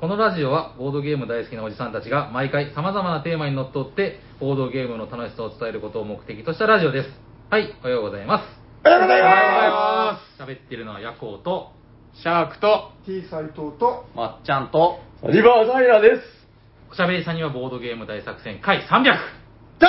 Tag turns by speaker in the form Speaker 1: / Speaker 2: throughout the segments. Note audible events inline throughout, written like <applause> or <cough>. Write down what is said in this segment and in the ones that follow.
Speaker 1: このラジオはボードゲーム大好きなおじさんたちが毎回様々なテーマにのっとってボードゲームの楽しさを伝えることを目的としたラジオです。はい、おはようございます。
Speaker 2: おはようござい
Speaker 3: おはようござい
Speaker 2: ま
Speaker 3: ま
Speaker 1: 喋ってるのはヤコウと、
Speaker 3: シャークと、
Speaker 2: す T 斎藤と
Speaker 3: まっちゃんと、
Speaker 2: リバーダイラです
Speaker 1: おしゃべりさんにはボードゲーム大作戦回300。
Speaker 2: ダッ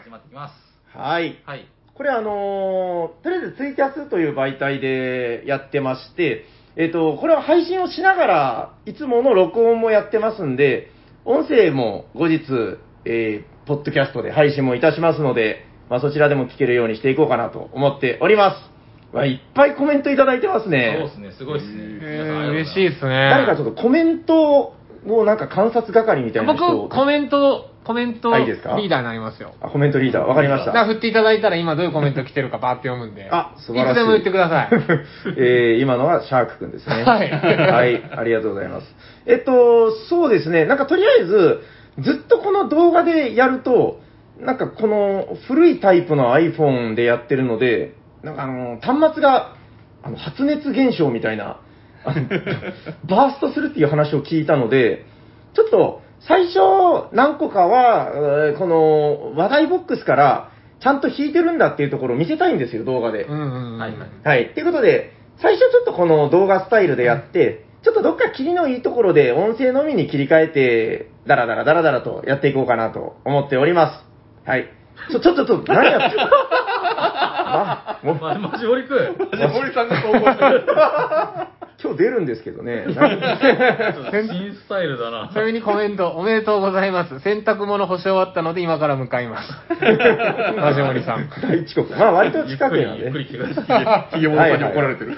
Speaker 1: 始
Speaker 2: ハ
Speaker 1: まってきます。
Speaker 2: ーはい
Speaker 1: はい。
Speaker 2: これあのーとりあえずツイキャスという媒体でやってましてえっ、とこれは配信をしながらいつもの録音もやってますんで音声も後日、えーポッドキャストで配信もいたしますので、まあ、そちらでも聞けるようにしていこうかなと思っております、まあ、いっぱいコメントいただいてますね
Speaker 1: そうですね、すごいですね。皆さんあり
Speaker 3: 嬉
Speaker 1: がとうござます
Speaker 3: しいですね。
Speaker 2: 誰かちょっとコメントをなんか観察係みたいな人を
Speaker 3: 僕、コメント、コメント
Speaker 2: あい
Speaker 3: リ
Speaker 2: いです
Speaker 3: ー
Speaker 2: か
Speaker 3: ダーになりますよ。
Speaker 2: あコメントリーダー、わかりまし
Speaker 3: だから
Speaker 2: た。
Speaker 3: 振っていただいたら今どういうコメント来てるかバーって読むんで。
Speaker 2: あ、素晴らしい。
Speaker 3: いつでも言ってく
Speaker 2: <laughs>
Speaker 3: ださい。
Speaker 2: えー今のはシャークくんですね。
Speaker 3: <laughs> はい
Speaker 2: はい、ありがとうございます。えっと、そうですね、なんかとりあえず、ずっとこの動画でやると、なんかこの古いタイプの iPhone でやってるので、なんかあの、端末が、あの、発熱現象みたいな、あ
Speaker 3: <laughs>
Speaker 2: のバーストするっていう話を聞いたので、ちょっと、最初何個かは、えーこの話題ボックスから、ちゃんと弾いてるんだっていうところを見せたいんですよ、動画で。
Speaker 3: うんうんうん。
Speaker 1: はいはい
Speaker 2: はい。ということで、最初ちょっとこの動画スタイルでやって、ちょっとどっか切りのいいところで音声のみに切り替えて、ダラダラダラダラとやっていこうかなと思っております。はい。ちょ、ちょっと、ち
Speaker 3: <laughs>
Speaker 2: ょっと、何やってるあ、もう、
Speaker 1: まマジオリくん。
Speaker 3: 森さんが投稿してる。
Speaker 2: <laughs> 今日出るんですけどね。何 <laughs>
Speaker 1: 新スタイルだな
Speaker 3: ち。なみにコメント、おめでとうございます。洗濯物干し終わったので今から向かいます。
Speaker 2: <laughs>
Speaker 3: マジモリさん。
Speaker 2: 大遅刻。まあ、割と
Speaker 1: ゆっ
Speaker 2: 近
Speaker 1: く
Speaker 2: く
Speaker 1: り
Speaker 2: なん、
Speaker 1: ゆ
Speaker 2: で
Speaker 1: っく
Speaker 2: ね。
Speaker 1: り来てくださ。
Speaker 2: ひげもどさんに怒られてる。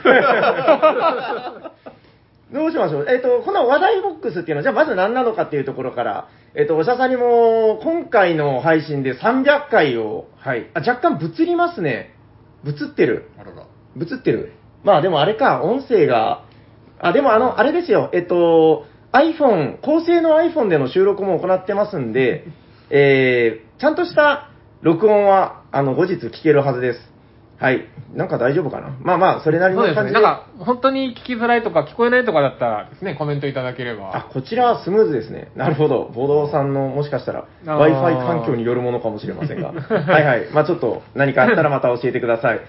Speaker 2: どうしましょう。えっ、と、この話題ボックスっていうのは、じゃあまず何なのかっていうところから、えっ、と、おしゃさんにも、今回の配信で300回を、はい。あ、若干ぶつりますね。ぶつってる。
Speaker 4: あらら。
Speaker 2: ぶつってる。まあでもあれか、音声が、あ、でもあの、あれですよ。えっ、と、iPhone、高性能 iPhone での収録も行ってますん
Speaker 3: <laughs>
Speaker 2: で、えー、ちゃんとした録音は、あの、後日聞けるはずです。はい。なんか大丈夫かなまあまあ、それなりの
Speaker 3: そうです
Speaker 2: 感
Speaker 3: ね。
Speaker 2: じ
Speaker 3: な
Speaker 2: で。
Speaker 3: んか、本当に聞きづらいとか聞こえないとかだったらですね、コメントいただけれ
Speaker 2: あ
Speaker 3: ば。、
Speaker 2: こちらはスムーズですね。なるほど。ボードさんの、もしかしたら、
Speaker 3: あー
Speaker 2: Wi-Fi 環境によるものかもしれません
Speaker 3: <laughs>
Speaker 2: が。はいはい。まあちょっと、何かあったらまた教えてください。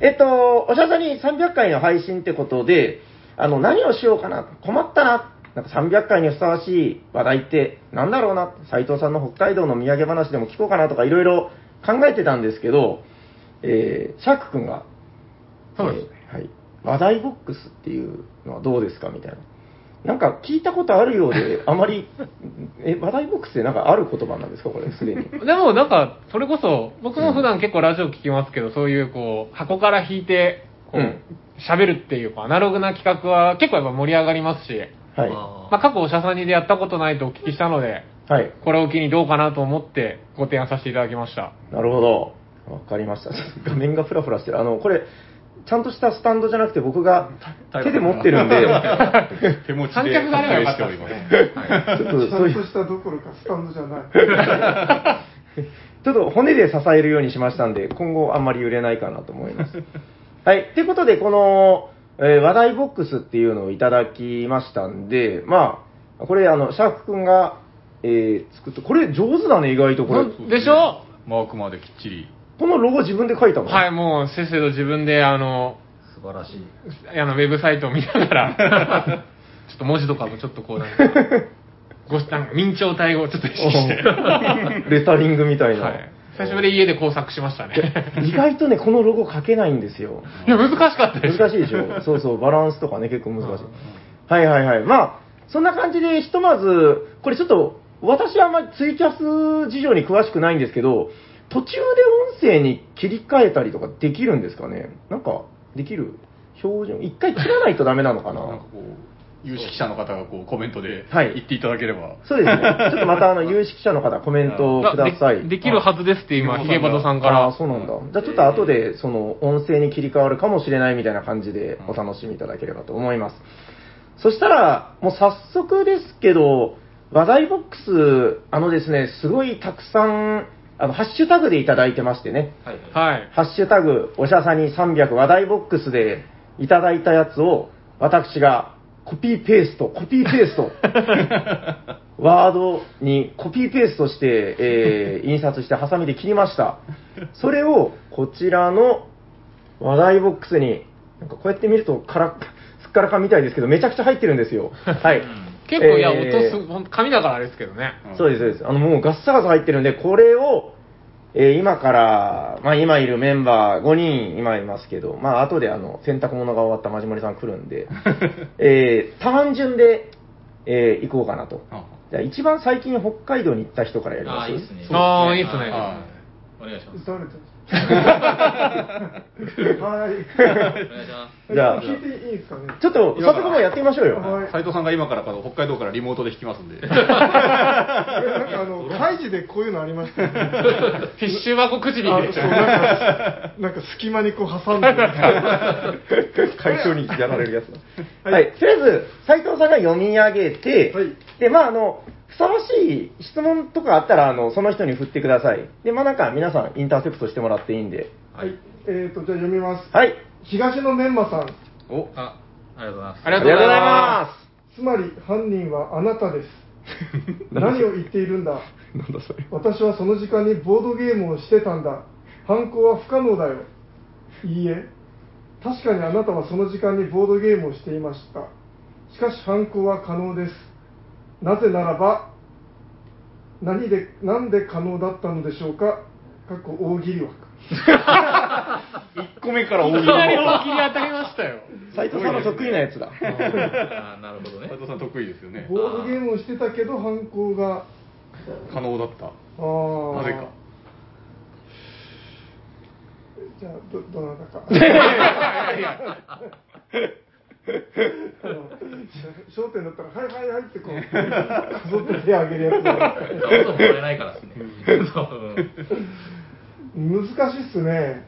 Speaker 2: えっと、おしゃさに300回の配信ってことで、あの、何をしようかな、困ったな、なんか300回にふさわしい話題って、なんだろうな、斎藤さんの北海道の土産話でも聞こうかなとか、いろいろ考えてたんですけど、えー、シャーク君が、
Speaker 3: そうですね
Speaker 2: えーはい。話題ボックスっていうのはどうですかみたいな。なんか聞いたことあるよう <laughs> で、あまり、え、話題ボックスってなんかある言葉なんですかこれ、すでに。
Speaker 3: でもなんか、それこそ、僕も普段結構ラジオ聞きますけど、そういうこう、箱から引いて、こう
Speaker 2: うん、
Speaker 3: 喋るっていう、こうアナログな企画は結構やっぱ盛り上がりますし、
Speaker 2: はいい。
Speaker 1: あ
Speaker 3: まあ過去おしゃさんにでやったことないとお聞きしたので、
Speaker 2: はい。
Speaker 3: これを機にどうかなと思ってご提案させていただきました。
Speaker 2: なるほど。わかりました。 <laughs> 画面がフラフラしてる。あの、これ、ちゃんとしたスタンドじゃなくて僕が手で持ってるん <laughs> で、
Speaker 4: 手持ちで
Speaker 3: 観客があればよかったですね
Speaker 4: 撮影しておりま
Speaker 2: ちょっと
Speaker 5: ちゃ
Speaker 2: そうい
Speaker 5: んと
Speaker 2: う、
Speaker 5: したどころかスタンドじゃない。
Speaker 2: ちょっと骨で支えるようにしましたんで、今後あんまり揺れないかなと思います。
Speaker 3: <laughs>
Speaker 2: はい。ということで、この、えー話題ボックスっていうのをいただきましたんで、まあ、これ、あの、シャークくんが、えー作った、これ上手だね、意外とこれ。
Speaker 3: でしょ
Speaker 4: す。マークまできっちり。
Speaker 2: このロゴ自分で書いたの
Speaker 3: はい、もうせっせと自分で、あの、
Speaker 1: 素晴らしい。
Speaker 3: あのウェブサイトを見ながら、ちょっと文字とかもちょっとこうなんか、ごなんか明朝体をちょっと意識して、 <laughs>
Speaker 2: レタリングみたいな。
Speaker 3: はい。久しぶりに家で工作しましたね。
Speaker 2: <laughs> 意外とね、このロゴ書けないんですよ。
Speaker 3: いや、難しかったです。
Speaker 2: 難しいでし
Speaker 4: <laughs>
Speaker 2: ょ。そうそう、バランスとかね、結構難しい。はいはいはい。まあ、そんな感じで、ひとまず、これちょっと、私はあんまりツイキャス事情に詳しくないんですけど、途中で音声に切り替えたりとかできるんですかねなんか、できる標準、一回切らないとダメなのか
Speaker 4: なんか
Speaker 2: な
Speaker 4: こう、有識者の方がこうコメントで
Speaker 2: はい
Speaker 4: 言っていただければ。
Speaker 2: そうですね。ちょっとまた、あの、有識者の方、コメントをください。
Speaker 3: でできるはずですって今、ヒゲバトさんか
Speaker 2: あ
Speaker 3: ら
Speaker 2: ー。そうなんだ。じゃあちょっと後で、その、音声に切り替わるかもしれないみたいな感じでお楽しみいただければと思います。そしたら、もう早速ですけど、話題ボックス、あのですね、すごいたくさんあの、ハッシュタグでいただいてましてね。
Speaker 1: はい。
Speaker 3: はい。
Speaker 2: ハッシュタグ、おしゃさに300話題ボックスでいただいたやつを、私がコピーペースト、コピーペース
Speaker 3: <laughs>
Speaker 2: ト、ワードにコピーペーストして、え
Speaker 3: <laughs>
Speaker 2: ー印刷してハサミで切りました。それを、こちらの話題ボックスに、なんかこうやって見ると、から、すっからかんみたいですけど、めちゃくちゃ入ってるんですよ。はい。
Speaker 3: <laughs> 結構、いや、
Speaker 2: えー
Speaker 3: 音す、ほん紙だからあれですけどね。
Speaker 2: そうです、そうです。あの、もうガッサガサ入ってるんで、これを、えー今から、まあ今いるメンバー5人今いますけど、まあ後であの、洗濯物が終わったまじもりさん来るん
Speaker 1: <laughs>
Speaker 2: で、えー単純で、えー行こうかなと。
Speaker 4: あ
Speaker 2: じゃあ一番最近北海道に行った人からやり
Speaker 1: あ
Speaker 2: ま
Speaker 1: あ、
Speaker 2: す
Speaker 1: いいですね。
Speaker 3: あーいいっすね
Speaker 1: はお願いします。
Speaker 5: 倒れてます。は
Speaker 1: お
Speaker 5: い。
Speaker 1: 願いします。
Speaker 2: じゃあ
Speaker 5: 聞いていいですかね。
Speaker 2: ちょっと、早速もうやってみましょうよ。
Speaker 5: はい
Speaker 4: 斎藤さんが今から北海道からリモートで弾きますんで。
Speaker 5: いやなんかあの会議でこういうのありましたよね。
Speaker 3: フィッシュ箱くじ引き
Speaker 5: あ
Speaker 3: でし
Speaker 5: そ
Speaker 3: ょ
Speaker 5: う。なんかなんか隙間にこう挟んで。
Speaker 2: <laughs> 会長にやられるやつだ。はい、とりあえず、斉藤さんが読み上げて、
Speaker 5: はい
Speaker 2: で、まあ、あの、ふさわしい質問とかあったら、あの、その人に振ってください。で、まあ、なんか、皆さん、インターセプトしてもらっていいんで。
Speaker 5: はい。えっ、とじゃあ読みます。
Speaker 2: はい。
Speaker 5: 東野メンマさん、
Speaker 4: お
Speaker 1: あ、ありがとうございます。
Speaker 3: ありがとうございま
Speaker 5: つまり犯人はあな
Speaker 2: <laughs>
Speaker 5: たです。何を言っているんだ。
Speaker 2: ありがとうございます。なんだそ <laughs> れ。
Speaker 5: 私はその時間にボードゲームをしてたんだ。犯行は不可能だよ。いいえ。確かにあなたはその時間にボードゲームをしていました。しかし犯行は可能です。なぜならば、何で、なんで可能だったのでしょうか。かっこ大喜利枠。
Speaker 4: 1個目から大喜
Speaker 3: い
Speaker 4: 利
Speaker 3: きなり大喜利当たりましたよ。
Speaker 2: 斉藤さんの得意なや <laughs> つだ。
Speaker 1: あーなるほどね
Speaker 4: 斉。藤さん得意ですよね
Speaker 5: ボ。ードゲームをしてたけど犯行が、
Speaker 4: 可能だった。
Speaker 5: あー
Speaker 4: なぜか。
Speaker 5: じゃあ、ど、どなたか。あ <laughs> の焦点だったら、はいはいはいってこう、こぞって手を挙げるやつだ
Speaker 1: そうそうもらえないからですね。そう
Speaker 5: 難しいっすね。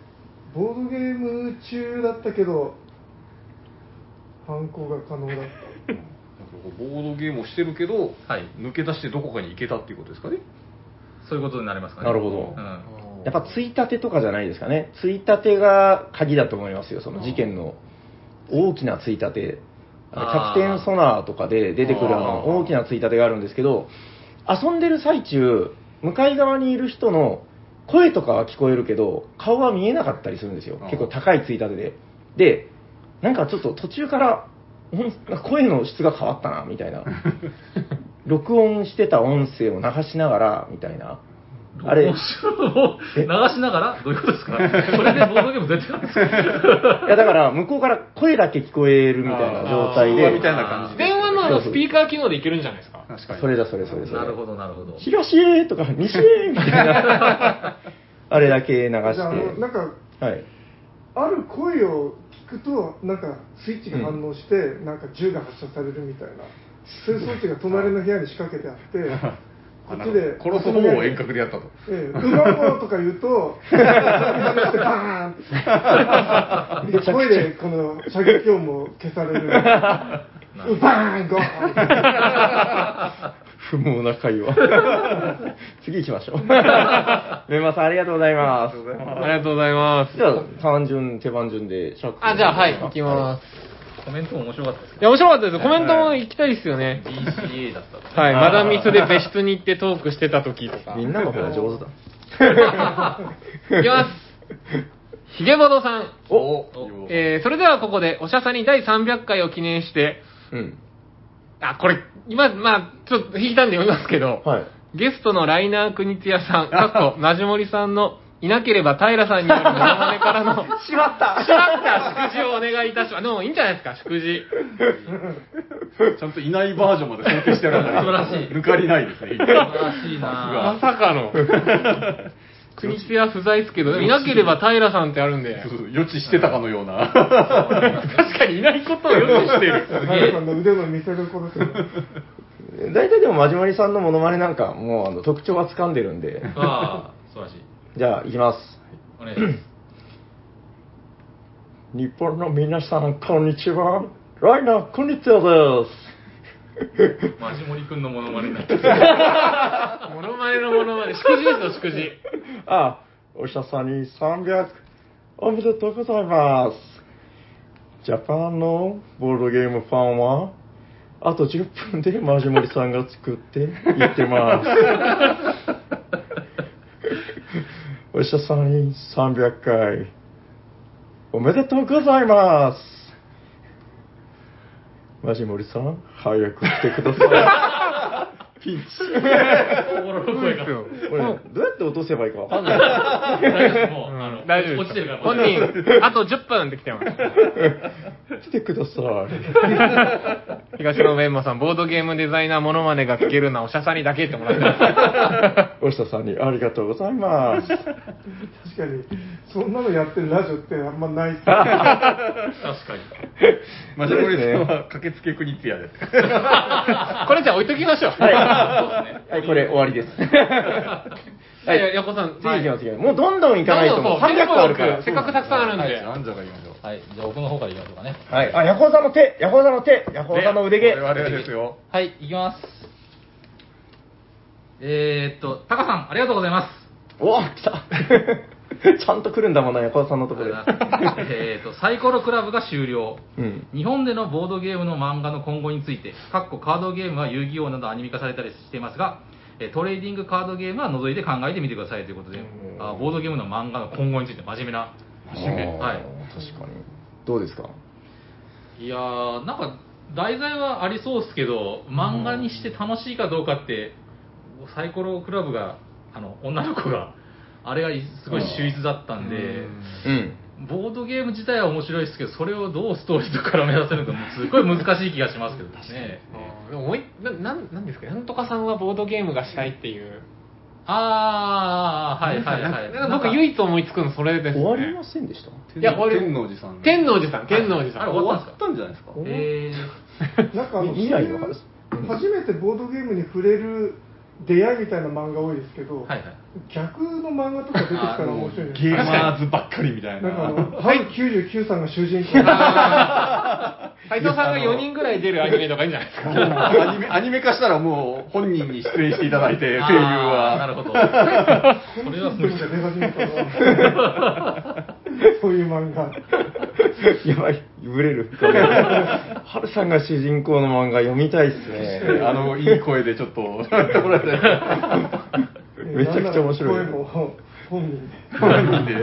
Speaker 5: ボードゲーム中だったけど、犯行が可能だっ
Speaker 4: うんなんかこうボードゲームをしてるけど、
Speaker 1: はい
Speaker 4: 抜け出してどこかに行けたっていうことですかね。
Speaker 1: そういうことになりますかね。
Speaker 2: なるほど
Speaker 1: うん
Speaker 2: やっぱ、ついたてとかじゃないですかね。ついたてが鍵だと思いますよ。その事件の大きなついたて。
Speaker 1: あー
Speaker 2: あのキャプテンソナーとかで出てくるあ
Speaker 4: あー
Speaker 2: の大きなついたてがあるんですけど、遊んでる最中、向かい側にいる人の声とかは聞こえるけど、顔は見えなかったりするんですよ
Speaker 4: あ。ー
Speaker 2: 結構高いついたてで。で、なんかちょっと途中から、んなんか声の質が変わったな、みたい
Speaker 4: <laughs>
Speaker 2: な。録音してた音声を流しながら、みたいな。あれ
Speaker 1: 面白い流しながらどういうことですかそれでボードゲーム絶対なんですか
Speaker 2: いやだから向こうから声だけ聞こえるみたいな状態
Speaker 4: あーみた
Speaker 2: で、
Speaker 4: いな感じで。
Speaker 3: 電話のあのスピーカー機能でいけるんじゃないですか。
Speaker 4: 確かに。
Speaker 2: それだそれそれそれ。
Speaker 1: なるほど、なるほど。
Speaker 2: 東へとか西へみたい <laughs> な、あれだけ流
Speaker 5: た。じゃあ、あの
Speaker 2: し
Speaker 5: なんか、
Speaker 2: て。はい。
Speaker 5: ある声を聞くと、なんかスイッチが反応して、なんか銃が発射されるみたいな、そういう装置が隣の部屋に仕掛けてあって、こ
Speaker 4: <laughs> あ
Speaker 5: っ
Speaker 4: な
Speaker 5: ち
Speaker 4: る
Speaker 5: で、
Speaker 4: ほど殺す方を遠隔でやったと。
Speaker 5: ええ、馬子とか
Speaker 4: <laughs>
Speaker 5: 言うと、バーンって、で声でこの射撃音も消さ
Speaker 4: <laughs>
Speaker 5: れる、バーン、ゴーン、
Speaker 2: 不毛な会話。 <laughs> 次行きま <laughs> しょう。メンマさんありがとうございます。
Speaker 3: ありがとうございま
Speaker 2: じゃあ、単純、手番順で、シャーク
Speaker 3: あ、じゃあ、はい、行きます。
Speaker 1: コメントも面白かったですけ
Speaker 3: いや、面白かったです。コメントも行きたいですよね。
Speaker 1: ど、DCA だったと
Speaker 3: はい、マダミスで別室に行ってトークしてた時とか。 <laughs>
Speaker 2: みんなの方が上手だ。
Speaker 3: いきます。ヒゲボドさん。
Speaker 4: お
Speaker 3: えー、それではここで、おしゃさに第300回を記念して、
Speaker 2: うん。
Speaker 3: あ、これ、今、まあ、ちょっと引いたんで読みますけど、
Speaker 2: はい。
Speaker 3: ゲストのライナー国津屋さん、かっこ、なじもりさんの、いなければ平さんによるモノマネからの、
Speaker 2: しまった
Speaker 3: <laughs> しまった祝辞をお願いいたします。でもいいんじゃないですか、祝辞。
Speaker 4: ちゃんといないバージョンまで想定してあるから
Speaker 1: 素晴らしい
Speaker 4: 抜かりないですね。
Speaker 1: 素晴らしいな
Speaker 3: まさか <laughs> の。国津屋不在ですけど、でもいなければ平さんってあるんで
Speaker 4: そう、そう予知してたかのような。
Speaker 3: 確かにいないことを予知してる。
Speaker 5: 花さんの腕の見せどころとか、
Speaker 2: 大体でも、まじまりさんのモノマネなんか、もうあの特徴は掴んでるんで。
Speaker 1: ああ、素晴らしい。
Speaker 2: じゃあ、行きます。
Speaker 1: お願いします。
Speaker 2: 日本の皆さん、こんにちは。ライナー、こんにちはです。
Speaker 1: まあ、下森くんのモノマネになってる。
Speaker 3: モノマネのモノマネ。しくじですよ、しくじ。
Speaker 2: あ、お医者さんに300、おめでとうございます。ジャパンのボードゲームファンは、あと10分でマジモリさんが作って言ってます。お医者さんに300回、おめでとうございます。マジモリさん、早く来てくださ
Speaker 1: 心の声が。
Speaker 2: い。これ、どうやって落とせばいいかわかんない。
Speaker 1: 大丈夫もう、あの、
Speaker 3: 大丈夫
Speaker 1: 落ちて
Speaker 3: で
Speaker 1: る
Speaker 3: す
Speaker 1: から。
Speaker 3: よ。本
Speaker 1: 落ちてる
Speaker 3: 人、あと10分って来てます。
Speaker 2: 来てください。
Speaker 3: 東野メンマさん、ボードゲームデザイナーモノマネが聞けるのはおしゃさんにだけってもらってま
Speaker 2: お医者さんにありがとうござい <laughs> ます。
Speaker 5: 確かに、そんなのやってるラジオってあんまないっすね
Speaker 1: 確かに。
Speaker 4: マジモリさんは駆けつけ国ってやで。
Speaker 3: す。これじゃあ置いときましょう。
Speaker 2: <laughs> はい、これ終わりです。
Speaker 3: は
Speaker 2: はいい
Speaker 3: や、ヤコさん、
Speaker 2: 次行きますす、次行きますもうどんどん行かないともう
Speaker 3: そうそう
Speaker 2: 300個あるから。
Speaker 3: せっかくたくさんあるん
Speaker 4: はい、
Speaker 3: で。
Speaker 4: なんじゃがいいましょう。
Speaker 1: はい、じゃあ奥の方からいきましょうかね。
Speaker 2: はい、あ、ヤコウさんの手、ヤコウさんの手、ヤコウさんの腕毛。
Speaker 4: 我々ですよ。
Speaker 1: はい、いきます。えー、っと、タカさん、ありがとうございます。
Speaker 2: お来た。 <laughs> ちゃんと来るんだもんな、ヤコウさんのとこ <laughs> で。
Speaker 1: えー、っと、サイコロクラブが終了。
Speaker 2: うん。
Speaker 1: 日本でのボードゲームの漫画の今後について、かっこカードゲームは遊戯王などアニメ化されたりしていますが、えートレーディングカードゲームは除いて考えてみてくださいということで、あボードゲームの漫画の今後について真面目な。はい。
Speaker 2: 確かに。どうですか
Speaker 1: いやー、なんか題材はありそうですけど、漫画にして楽しいかどうかって、サイコロクラブが、あの女の子が、あれがすごい秀逸だったんで、
Speaker 2: うん。
Speaker 1: ボードゲーム自体は面白いですけど、それをどうストーリーと絡め出せるのか、もうすごい難しい気がしますけどね。
Speaker 3: うんでも思いななんなんですかなんとかさんはボードゲームがしたいっていう。
Speaker 1: あー、はいはいは。
Speaker 3: ないんか僕唯一思いつくのそれで
Speaker 2: 終
Speaker 3: すね。
Speaker 2: わりませんで <laughs> した
Speaker 3: いや終わり
Speaker 4: 天王寺さん。
Speaker 3: 天王寺さん、天王寺さ
Speaker 1: あ
Speaker 3: ん。
Speaker 1: れ
Speaker 4: 終わったんじゃないですか
Speaker 2: お
Speaker 1: え
Speaker 5: なんかあの、
Speaker 2: い以来の話
Speaker 5: そういう初めてボードゲームに触れる出会いみたいな漫画多いですけ
Speaker 1: ー、
Speaker 5: ど、
Speaker 1: はいはい。
Speaker 5: 逆の漫画とか出てきたら面白いです
Speaker 4: ゲーマーズばっかりみたい
Speaker 5: なんか
Speaker 4: な。
Speaker 5: あの、ハウ99さんが主人公
Speaker 3: 斎藤さんが4人ぐらい出るアニメとかいいんじゃないですか。
Speaker 4: アニメアニメ化したらもう本人に出演していただいて、声優
Speaker 1: あーなる
Speaker 4: は。
Speaker 1: ほど。そ
Speaker 5: こ
Speaker 1: れ
Speaker 5: れ
Speaker 1: は
Speaker 5: は
Speaker 1: す
Speaker 5: す
Speaker 1: ご
Speaker 5: ご
Speaker 1: い
Speaker 5: い出始めたな <laughs> そういう漫画。
Speaker 2: やばい、ぶれる。ハルさんが主人公の漫画読みたいっすね。
Speaker 4: あの、いい声でちょっと、やってもらいたい。
Speaker 2: めちゃくちゃ面白い
Speaker 5: 声も本人で。
Speaker 4: 本人で。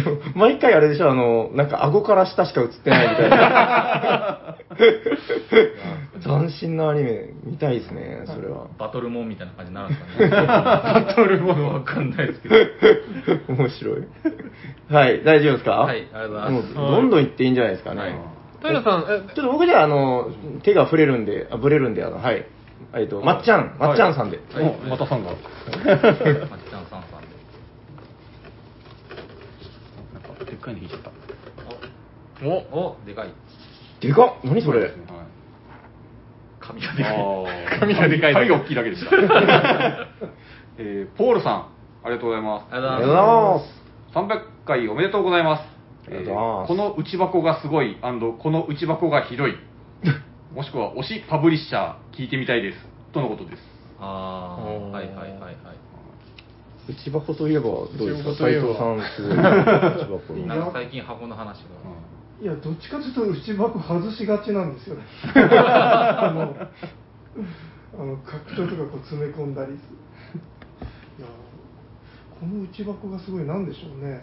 Speaker 2: でも、毎回あれでしょ、あの、なんか顎から下しか映ってないみたいな。斬新なアニメ、見たいですね、それは。
Speaker 1: バトルモンみたいな感じになるんですかね。バトルモンわかんないですけど。 <laughs>
Speaker 2: 面白い。はい、大丈夫ですか
Speaker 1: はいありがとうございます
Speaker 2: もどんどん行っていいんじゃないですかね。
Speaker 1: はい
Speaker 3: 豊田さん、
Speaker 2: ちょっと僕じゃあ、あの、手が触れるんで、あ、ぶれるんで、あの、はい。えっと、まっちゃん、まっちゃんさんで。
Speaker 4: おまたさんが。
Speaker 1: まきちゃんさんさんで。
Speaker 4: なんかでっかいの引いちゃった。
Speaker 3: え、お、
Speaker 1: お、でかい。
Speaker 2: でかっ何それ
Speaker 4: はい
Speaker 1: 髪がでかい。 <laughs>
Speaker 3: 髪がでかい
Speaker 4: 髪が大きいだ
Speaker 2: <laughs>
Speaker 4: けでした。えーポールさん、ありがとうございます。
Speaker 1: あり
Speaker 2: あ
Speaker 1: が
Speaker 2: り
Speaker 1: とう
Speaker 2: がと
Speaker 1: ご
Speaker 2: う
Speaker 1: ざいま
Speaker 2: ございます。
Speaker 4: 300回おめでとうございます。
Speaker 2: ありが
Speaker 4: え
Speaker 2: とうござい
Speaker 4: ー
Speaker 2: ます
Speaker 4: この内箱がすごいこの内箱が
Speaker 2: <laughs>
Speaker 4: ひどい、もしくは推しパブリッシャー聞いてみたいです。とのことです。
Speaker 1: す。あー、
Speaker 3: おー
Speaker 1: はいはいはいはい。
Speaker 2: 内箱といえば、どうですか
Speaker 3: 内箱といえ
Speaker 2: 斎
Speaker 3: ば
Speaker 2: 藤さん、すごい。内箱の
Speaker 1: なんか最近箱の話が。
Speaker 5: いや、どっちかというと内箱外しがちなんです
Speaker 2: <laughs>
Speaker 5: よね。あの、あの拡張とかこう詰め込んだりする。いや、この内箱がすごいなんでしょうね。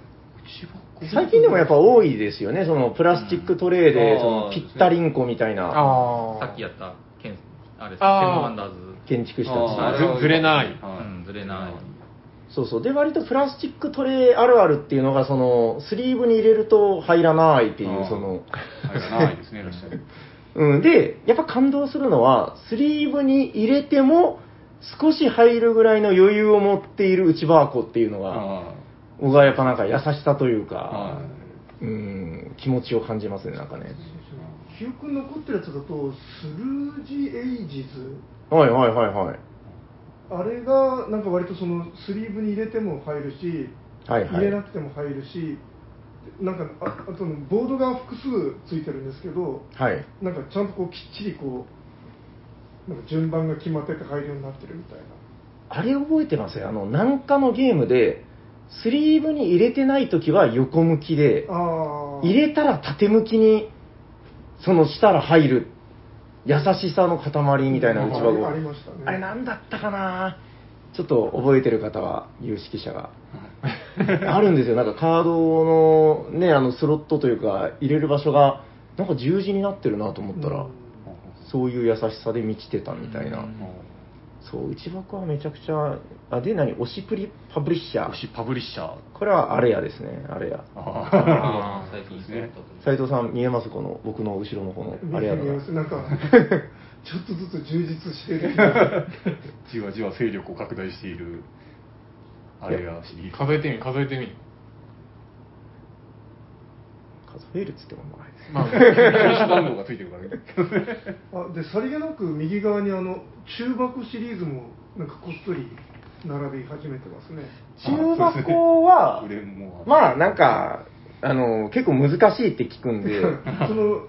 Speaker 2: 最近でもやっぱ多いですよね、そのプラスチックトレー
Speaker 4: う
Speaker 2: で、
Speaker 4: ん
Speaker 2: そのぴったりんこみたいな
Speaker 3: あ
Speaker 1: さっきやった、けんあれ、セブン
Speaker 3: あー
Speaker 1: ワンダーズ。
Speaker 2: 建築士た
Speaker 3: あ
Speaker 2: ち。
Speaker 3: ーずずれない
Speaker 1: うん、ずれない。
Speaker 2: そうそう。で、割とプラスチックトレーあるあるっていうのが、その、スリーブに入れると入らないってい
Speaker 4: あ
Speaker 2: う、
Speaker 4: ー
Speaker 2: その、
Speaker 4: はいずれないですね、いら
Speaker 2: <laughs>
Speaker 4: っしゃる。
Speaker 2: うん。で、やっぱ感動するのは、スリーブに入れても、少し入るぐらいの余裕を持っている内箱っていうのが、
Speaker 4: あ
Speaker 2: 僕はやっぱなんか優しさという
Speaker 4: ーは
Speaker 2: か、
Speaker 4: い
Speaker 2: うん、気持ちを感じますね、なんかね。
Speaker 5: 記憶に残ってるやつだと、スルージ・エイジズ。
Speaker 2: はいはいはいはい。
Speaker 5: あれがなんか割とそのスリーブに入れても入るし、
Speaker 2: はいはい
Speaker 5: 入れなくても入るし、なんかああとねボードが複数ついてるんですけど
Speaker 2: はい。
Speaker 5: なんかちゃんとこうきっちりこうなんか順番が決まってて配慮になってるみたいな
Speaker 2: あれ覚えてますよ。あの、なんかのゲームで、スリーブに入れてないときは横向きで、
Speaker 5: ああ
Speaker 2: 入れたら縦向きに、そのしたら入る、優しさの塊みたいな内箱。
Speaker 5: ありましたね
Speaker 2: あれなんだったかなちょっと覚えてる方は、有識者が。 <laughs> あるんですよ。なんかカードのね、あのスロットというか、入れる場所が、なんか十字になってるなと思ったら、そういう優しさで満ちてたみたいな。そう、内箱はめちゃくちゃ、あ、で、何推しプリ、パブリッシャー
Speaker 4: 推。しパブリッシャー。
Speaker 2: これはあれやですね、あれや。
Speaker 1: あー最近そうだったと思う
Speaker 2: 斉藤さん見えますこの、僕の後ろのこの、あれやだ
Speaker 5: 見えます
Speaker 2: な。
Speaker 5: なんか
Speaker 2: <laughs>
Speaker 5: ちょっとずつ充実してる
Speaker 4: じわじわ勢力を拡大している、あれやシリーズ。
Speaker 3: 数えてみ、数えてみ。
Speaker 2: 数えるっつってもまああれです
Speaker 3: まあ、
Speaker 4: 表紙番号がついてるから
Speaker 6: <laughs>
Speaker 4: ね。
Speaker 5: あでさりげなく右側にあの中箱シリーズもなんかこっそり並び始めてますね
Speaker 2: 中箱は
Speaker 4: そうですね売れも、
Speaker 2: まあなんか、あの、結構難しいって聞くん <laughs>
Speaker 5: <laughs>
Speaker 2: で、
Speaker 5: その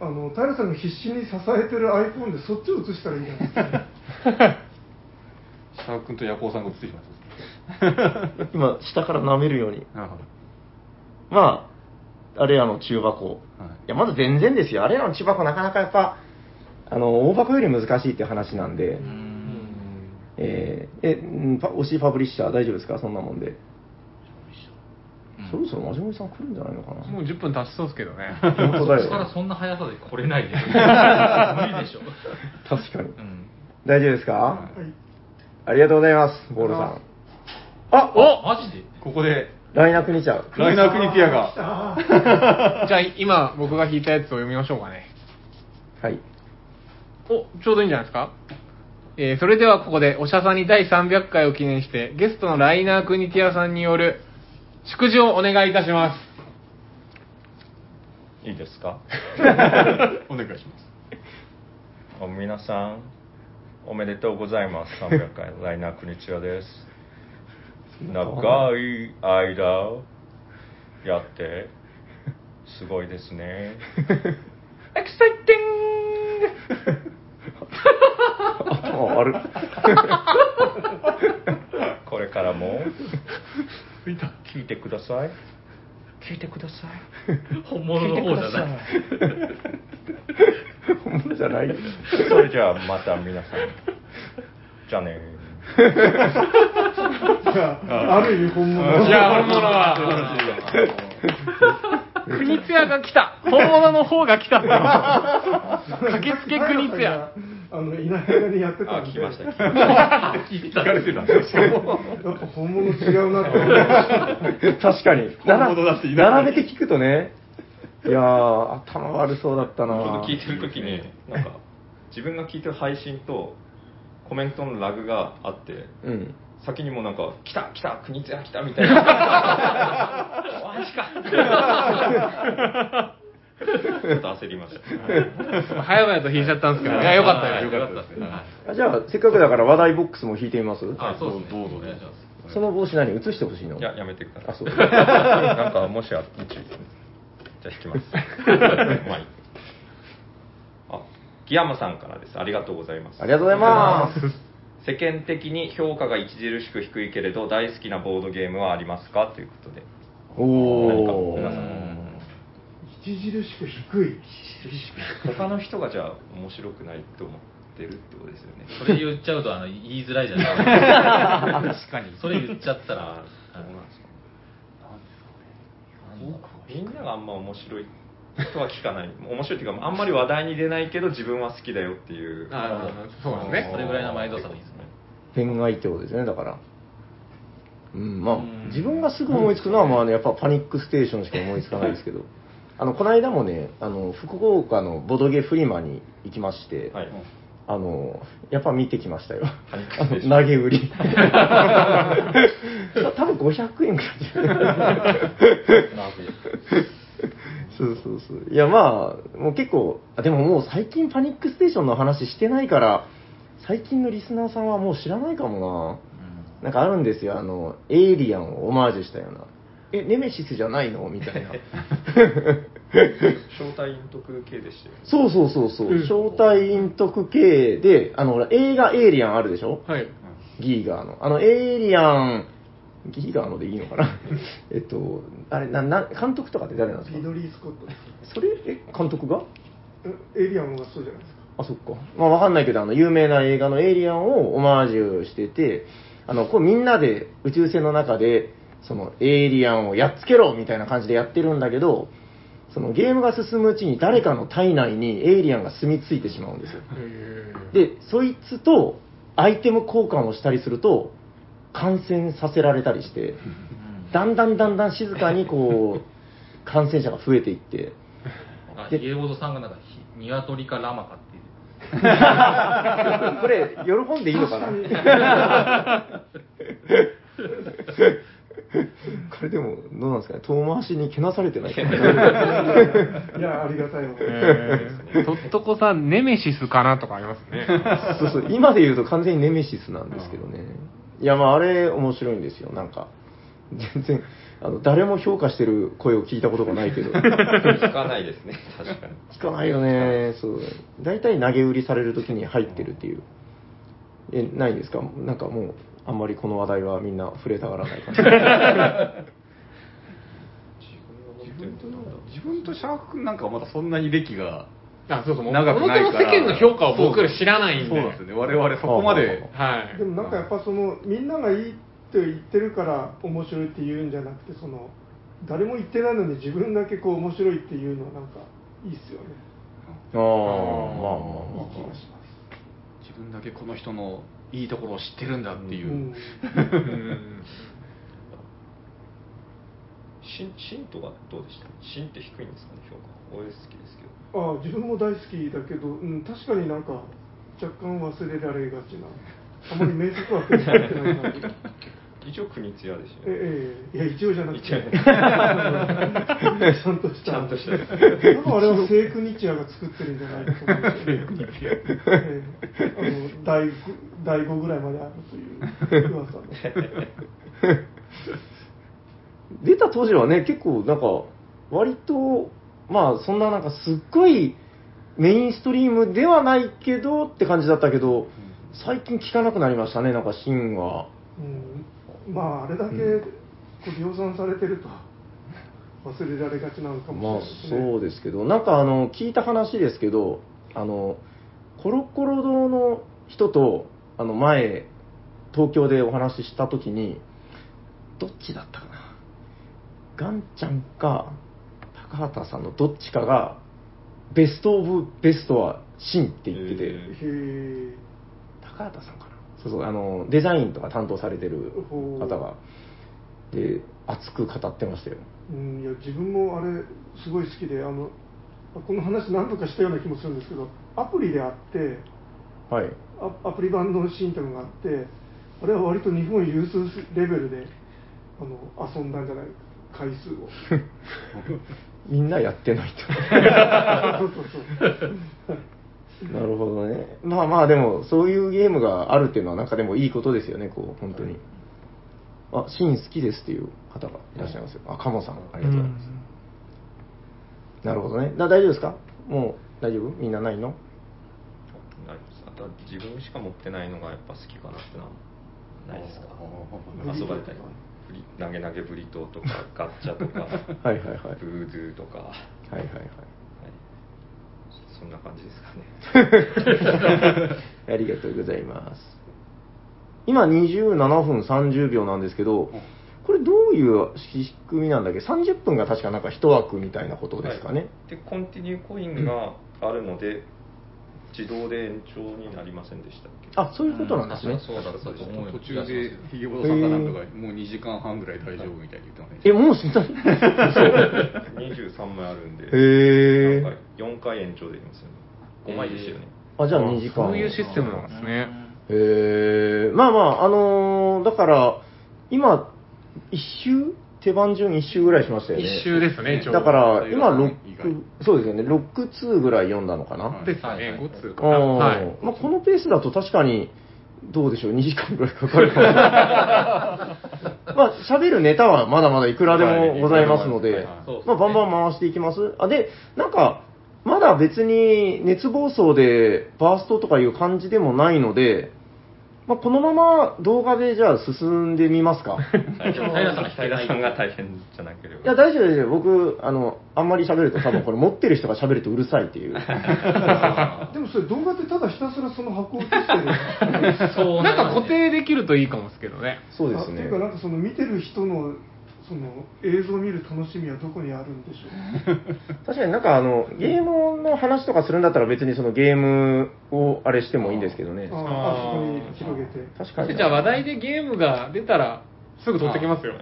Speaker 5: あの平さんが必死に支えてる iPhone でそっちを映したらいいんじゃないですか、ね、
Speaker 4: 下君と夜行さんが映ってしまい
Speaker 2: 今、下から舐めるように。
Speaker 4: ました。
Speaker 2: まあ、あれらの中箱。い、
Speaker 4: はい
Speaker 2: や、まだ全然ですよ。あれらの中箱なかなかやっぱ、あの、大箱より難しいって話なんで、えーえ、うんパ推しパブリッシャー大丈夫ですかそんなもんで。そろそろマジモリさん来るんじゃないのかな
Speaker 3: もう10分経ちそうですけどね。
Speaker 2: 本当だ
Speaker 1: そっから
Speaker 2: よ。
Speaker 1: そんな速さで来れないで無理でしょ、
Speaker 2: 確かに
Speaker 1: う。ん、
Speaker 2: 大丈夫ですか、
Speaker 5: はい
Speaker 2: ありがとうございます、ボールさん。あ、
Speaker 1: おマジで
Speaker 4: ここで、
Speaker 2: おライナクニちゃう。
Speaker 4: ライナー・クニティアが、
Speaker 3: じゃあ、今、僕が引いたやつを読みましょうかね。
Speaker 2: はい。
Speaker 3: お、ちょうどいいんじゃないですかえーそれではここで、おしゃさんに第300回を記念して、ゲストのライナー・クニティアさんによる、祝辞をお願いいたします。
Speaker 4: <laughs>
Speaker 6: いいですか
Speaker 4: お願いします。
Speaker 6: あ皆さんおめでとうございます300回ライナークニチュ
Speaker 4: <laughs>
Speaker 6: アです長い間やってすごいです
Speaker 2: <laughs>
Speaker 6: ねエクサイティング
Speaker 2: 頭悪
Speaker 6: これから
Speaker 2: <laughs>
Speaker 6: も聞いてください聞いてください
Speaker 1: 本物の方じゃない
Speaker 6: 聞いてください
Speaker 2: い。ほんまじゃない。
Speaker 6: それじゃあまた皆さんじゃあね
Speaker 5: じゃあ、ある意味本物
Speaker 3: じゃあ、本物は、
Speaker 6: <laughs>
Speaker 3: クニツヤが来た本物の方が来た
Speaker 4: <laughs>
Speaker 3: んだよ駆けつけクニツヤ。
Speaker 5: あのいない間にやってた
Speaker 6: あ
Speaker 5: んで
Speaker 6: 聞きました聞きまし
Speaker 5: や
Speaker 6: た
Speaker 4: 聞かれてたんですよ。
Speaker 5: っぱ本物違うなと思いま
Speaker 2: <laughs> 確かに。
Speaker 4: 本物だって言いながら
Speaker 2: 並べて聞くとね。いやー、頭悪そうだった
Speaker 6: ちょ
Speaker 2: な
Speaker 6: っと聞いてる時に、なんか自分が聞いてる配信とコメントのラグがあって
Speaker 2: うん。
Speaker 6: 先にもなんか「来た来た国津屋来た」みたいな「お話か」ちょっと焦りました
Speaker 3: 早々と引いちゃったんですけど、いや、よかったよ。
Speaker 6: よかったですね
Speaker 2: あじゃあ、せっかくだから話題ボックスも引いてみます
Speaker 1: あそうですね
Speaker 4: どうぞ
Speaker 1: お願いします
Speaker 2: その帽子何映してほしいの
Speaker 6: いややめてくださ
Speaker 2: あ
Speaker 6: い <laughs>
Speaker 2: そう
Speaker 6: なんかもしあっちじゃあ引きます <laughs> まあいいあギヤマさんからですありがとうございます
Speaker 2: ありがとうございます。
Speaker 6: 世間的に評価が著しく低いけれど大好きなボードゲームはありますかということで
Speaker 2: お
Speaker 6: 何か皆さ
Speaker 2: ー。
Speaker 6: ん
Speaker 5: す著しく低い
Speaker 6: 他の人がじゃあ面白くないと思ってるってことですよね
Speaker 1: それ言っちゃうとあの言いづらいじゃないですか確かにそれ言っちゃったら
Speaker 6: あーそうなんですかねなんだろうみんながあんま面白いとは聞かない面白いっていうかあんまり話題に出ないけど自分は好きだよっていう
Speaker 3: あーそうですね
Speaker 1: それぐらいの前度差でいいですね
Speaker 2: 偏愛ってことですね、だから。うん、まあ
Speaker 1: うん、
Speaker 2: 自分がすぐ思いつくのは、まあ、やっぱパニックステーションしか思いつかないですけど、あの、この間もね、あの、福岡のボドゲフリマに行きまして、
Speaker 6: はい
Speaker 2: あの、やっぱ見てきましたよ。
Speaker 6: パニック
Speaker 2: あ
Speaker 6: ステーション
Speaker 2: の投げ売り。多分500円くらい。そうそうそう。いや、まあ、もう結構、あでももう最近パニックステーションの話してないから、最近のリスナーさんはもう知らないかもな。なんかあるんですよ、あの、エイリアンをオマージュしたような。え、ネメシスじゃないのみたいな。
Speaker 6: 正体隠匿系でしたよね。
Speaker 2: そうそうそうそう、正体隠匿系で、あの、ほら、映画エイリアンあるでしょ
Speaker 3: はい。
Speaker 2: ギーガーの。あの、エイリアン、ギーガーのでいいのかな <laughs> えっと、あれ、な、な、監督とかって誰なんです
Speaker 5: リ
Speaker 2: か
Speaker 5: ドリー・スコットです
Speaker 2: それ、え、監督が
Speaker 5: えエイリアンはそうじゃないですか
Speaker 2: あ、そっか。まあ、わかんないけど、あの、有名な映画のエイリアンをオマージュしてて、あの、こう、みんなで宇宙船の中で、その、エイリアンをやっつけろみたいな感じでやってるんだけど、その、ゲームが進むうちに誰かの体内にエイリアンが住み着いてしまうんですよ。で、そいつとアイテム交換をしたりすると、感染させられたりして、だんだんだんだん静かにこう、感染者が増えていって、
Speaker 1: あ
Speaker 2: で
Speaker 1: ヒゲボードさんがなんかひ鶏かラマかっていう
Speaker 2: <laughs> これ、喜んでいいのかなこれでも、どうなんですかね、遠回しにけなされてないかな
Speaker 5: いやありがたいもん、
Speaker 3: とっとこさん、ネメシスかなとかありますね。
Speaker 2: そうそう、今で言うと完全にネメシスなんですけどね。いや、まあ、あれ、面白いんですよ、なんか。全然、あの、誰も評価してる声を聞いたことがないけど。
Speaker 6: 聞かな
Speaker 4: <laughs>
Speaker 6: いですね、確かに。
Speaker 2: 聞かないよね、そう。大体投げ売りされるときに入ってるっていう。え、ないですかなんかもう、あんまりこの話題はみんな触れたがらない感じ。
Speaker 4: 自分と自分とシャーク君なんかはまだそんなに歴が
Speaker 3: あ、そうそう、もう
Speaker 4: 長くない
Speaker 3: 表
Speaker 4: から
Speaker 3: の世間の評価を僕ら知らないんで。
Speaker 4: そうなんですよね我々そこまで
Speaker 3: はい
Speaker 5: で。もなんかやっぱそのみんながいいって言ってるから面白いって言うんじゃなくてその誰も言ってないのに自分だけこう面白いっていうのはなんかいいっすよね
Speaker 2: ああ、まあまあ
Speaker 5: いい
Speaker 2: まあ
Speaker 5: 気がします
Speaker 4: 自分だけこの人のいいところを知ってるんだっていう、
Speaker 5: うん
Speaker 3: う
Speaker 4: <laughs>
Speaker 3: ん
Speaker 6: シン、シンとはどうでしたシンって低いんですかね、評価。俺好きですけど。
Speaker 5: ああ自分も大好きだけど、うん、確かになんか若干忘れられがちなあまり名作は増えてない感じ
Speaker 6: 一応国津屋でし
Speaker 5: え
Speaker 6: たよね。
Speaker 5: えええいや一応じゃなくてち
Speaker 6: 一応
Speaker 5: <laughs> ゃんとした
Speaker 6: ちゃんとした
Speaker 5: 多分あれはセイクニチアが作ってるんじゃないかと思うんですけどええあの第5第5ぐらいまであるという噂の
Speaker 2: 出た当時はね、結構なんか、割と、まあそんななんかすっごいメインストリームではないけどって感じだったけど、最近聞かなくなりましたね、なんかシーンは。
Speaker 5: うん、まああれだけこう量産されてると忘れられがちなのか
Speaker 2: まあ
Speaker 5: もしれない
Speaker 2: そうですけど、なんかあの、聞いた話ですけど、あの、コロコロ堂の人と、あの前、東京でお話ししたときに、どっちだったかな。ガンちゃんか、高畑さんのどっちかが、ベストオブベストは真って言ってて、
Speaker 6: へ
Speaker 5: ですねへえ
Speaker 2: 高畑さんかなそうそうあのデザインとか担当されてる
Speaker 5: ほう
Speaker 2: 方がで熱く語ってましたよ
Speaker 5: うん、いや自分もあれすごい好きであのこの話何度かしたような気もするんですけどアプリであって
Speaker 2: はい
Speaker 5: アアプリ版のシーンというのがあってあれは割と日本有数レベルであの遊んだんじゃない回数を
Speaker 2: <laughs> みんなやってない
Speaker 5: そうそうそう
Speaker 2: と <laughs> なるほどねまあまあでもそういうゲームがあるっていうのはなんかでもいいことですよねこう本当に、あシーン好きですっていう方がいらっしゃいますよあカモさんありがとうございます、なるほどねだ大丈夫ですかもう大丈夫みんなないの
Speaker 6: ないですあとは自分しか持ってないのがやっぱ好きかなってのはないですか
Speaker 5: あー
Speaker 6: 遊ばれたりブリ投げ投げブリトーと
Speaker 4: <laughs>
Speaker 6: かガッチャとか
Speaker 2: はいはいはい
Speaker 6: ブードゥーとか、はい、
Speaker 2: はいはいはい
Speaker 6: そんな感じですかね
Speaker 2: <laughs> ありがとうございます。今27分30秒なんですけど、これどういう仕組みなんだっけ ?30 分が確かなんか一枠みたいなことですかね。
Speaker 6: はいでコンティニューコインがあるので、自動で延長になりませんでしたっけ
Speaker 2: あ、そういうことなんですね。
Speaker 1: 確かにそうだったと思うよ
Speaker 4: 途中でひげぼどさんがなんとかもう2時間半ぐらい大丈夫みたいに言ってませんでし
Speaker 2: え、もうそん
Speaker 6: <laughs>
Speaker 2: なに
Speaker 6: 23枚あるんで
Speaker 2: へー
Speaker 6: なんか4回延長できますよね5枚でしたよね、
Speaker 2: あ、じゃあ2時間。
Speaker 3: そういうシステムなんですね。
Speaker 2: へえ、まあまあ、あのーだから、今、一周手番順一周ぐらいしましたよね。
Speaker 3: 一周ですね、一応。
Speaker 2: だから、今、
Speaker 4: そう
Speaker 2: ロ
Speaker 4: いう
Speaker 2: ッ
Speaker 4: こと以
Speaker 2: ク、そうですよね、ロック2ぐらい読んだのかな。
Speaker 4: はい
Speaker 3: ですよ
Speaker 1: はい
Speaker 3: ね、
Speaker 1: はい
Speaker 3: 5通かな。
Speaker 2: あ
Speaker 3: は
Speaker 2: ー
Speaker 3: い。
Speaker 2: まあ、このペースだと確かにどうでしょう、2時間ぐらいかかるかもま
Speaker 6: <laughs>
Speaker 2: あ、喋るネタはまだまだいくらでもございますの
Speaker 6: はい
Speaker 2: で
Speaker 1: そうです、ね
Speaker 2: まあ、バンバン回していきます。あ、で、なんか、まだ別に熱暴走でバーストとかいう感じでもないので、まあ、このまま動画でじゃあ進んでみ
Speaker 6: <laughs>
Speaker 2: ますか。
Speaker 6: 大丈夫平さんが平さんが大変じゃなければ。
Speaker 2: いや、大丈夫ですよ。僕、あの、あんまり喋ると多分これ持ってる人が喋るとうるさいって
Speaker 6: <laughs>
Speaker 2: いう。
Speaker 5: でもそれ動画ってただひたすらその箱を落としてる
Speaker 1: そう
Speaker 3: なんか
Speaker 1: ります
Speaker 3: 固定できるといいかもですけどね。
Speaker 2: <laughs> そうで
Speaker 5: あっ
Speaker 2: す
Speaker 5: て
Speaker 2: ね
Speaker 5: いう。かなんかその見てる人のその映像を見る楽しみはどこにある
Speaker 2: <laughs>
Speaker 5: んでしょう
Speaker 2: 確かになんかあの、ゲームの話とかするんだったら別にそのゲームをあれしてもいいんですけどね。
Speaker 5: ああそこに広げて
Speaker 2: 確かに。
Speaker 3: じゃあ話題でゲームが出たら、すぐ取ってきますよ。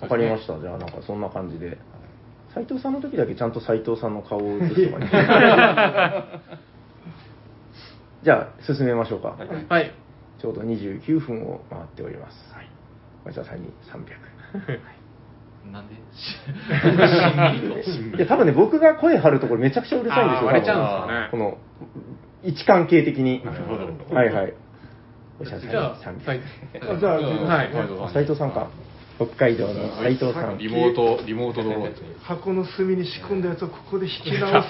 Speaker 2: わかりました。じゃあなんかそんな感じで。斉藤さんの時だけちゃんと斉藤さんの顔を映してもら
Speaker 3: <laughs>
Speaker 2: って。じゃあ進めましょうか。
Speaker 3: はい。
Speaker 2: ちょうど29分を回っております。はい。おじさんに300。
Speaker 3: <laughs>
Speaker 1: なんでし
Speaker 2: いや、多分ね、僕が声張るところめちゃくちゃうるさいんです
Speaker 3: あー
Speaker 2: よ。
Speaker 3: 割れち
Speaker 2: 多分
Speaker 3: ゃうんですかね
Speaker 2: この、位置関係的に。
Speaker 6: なるほど
Speaker 2: はいはい。おしゃ
Speaker 3: じゃあ、
Speaker 2: さんに
Speaker 3: はい
Speaker 2: 300。
Speaker 5: あじゃあ
Speaker 3: はい
Speaker 2: あ斉藤さんか。北海道の斉藤さん。
Speaker 4: リモート、リモートドローンですね。
Speaker 5: 箱の隅に仕込んだやつをここで引き
Speaker 2: <laughs>
Speaker 5: 直す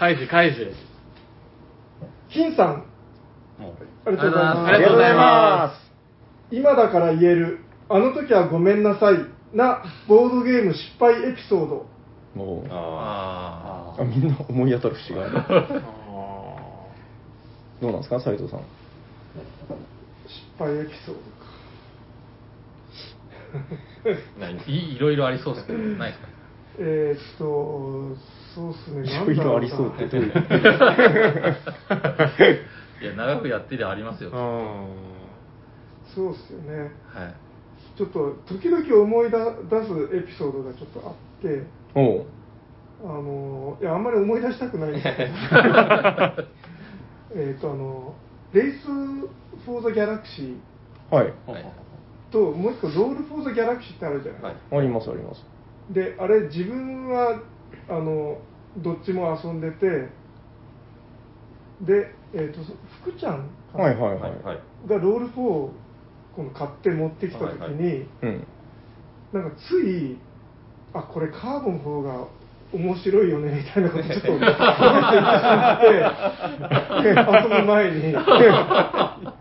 Speaker 3: カイジ、カイジ。
Speaker 5: 金さんありがとうございます
Speaker 3: ありがとうございま
Speaker 5: 今だから言えるあの時はごめんなさいなボードゲーム失敗エピソード
Speaker 2: す。もう、
Speaker 6: あ
Speaker 1: あ
Speaker 2: あみんな思い当たる節がある。どうなんですか、斉藤さん。
Speaker 5: 失敗エピソードか
Speaker 6: あ。ない
Speaker 1: ー <laughs> いいろいろありそうですけどないですか
Speaker 5: えー、っとそうっすね
Speaker 2: いろいろありそうってどういう
Speaker 6: <laughs>
Speaker 2: こと
Speaker 1: いや長くやってりゃありますよ
Speaker 3: う
Speaker 1: は
Speaker 3: ん。
Speaker 5: そうっすよね
Speaker 1: い
Speaker 5: ちょっと時々思い出すエピソードがちょっとあって
Speaker 2: おう
Speaker 5: あのいやあんまり思い出したくないんです
Speaker 2: <laughs>
Speaker 5: けどえっとあのレース・フォー・ザ・ギャラクシー
Speaker 2: はい。
Speaker 6: はい
Speaker 5: ともう一個ロール・フォー・ザ・ギャラクシーってあるじゃない、
Speaker 6: はい
Speaker 2: あります、あります。
Speaker 5: であれ自分はあのどっちも遊んでてで、えー、と福ちゃんかな
Speaker 2: はいはい
Speaker 6: は
Speaker 2: は
Speaker 6: いはいい。。
Speaker 5: がロール4をこの買って持ってきた時に、
Speaker 6: はいは
Speaker 2: うん。
Speaker 5: なんかついあこれカーボンの方が面白いよねみたいなことちょっと思ってしまって遊ぶ前
Speaker 6: <laughs>
Speaker 5: にあ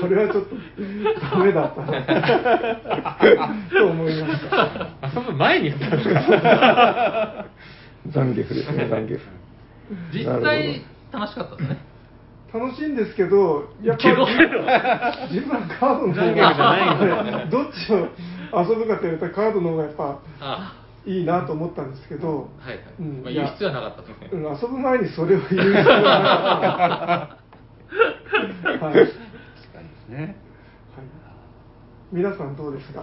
Speaker 5: これはちょっとダメだったなと思いました
Speaker 3: 遊ぶ前にやったんですか
Speaker 2: ザンゲフですね、ザンゲフ。
Speaker 1: 実
Speaker 2: なる
Speaker 1: 際楽しかったですね
Speaker 5: 楽しいんですけどやっぱり自分はカードの方がどっちを遊ぶかというとカードの方がやっぱ
Speaker 1: あ
Speaker 5: いいなと思ったんですけど、
Speaker 1: あはいはい、
Speaker 5: うん
Speaker 1: まあ、
Speaker 5: い
Speaker 1: 言
Speaker 5: や
Speaker 1: う必要はなかったと
Speaker 5: うん遊ぶ前にそれを言う必要は <laughs> なかったはい、はい、
Speaker 4: ね。
Speaker 5: 皆さんどうですか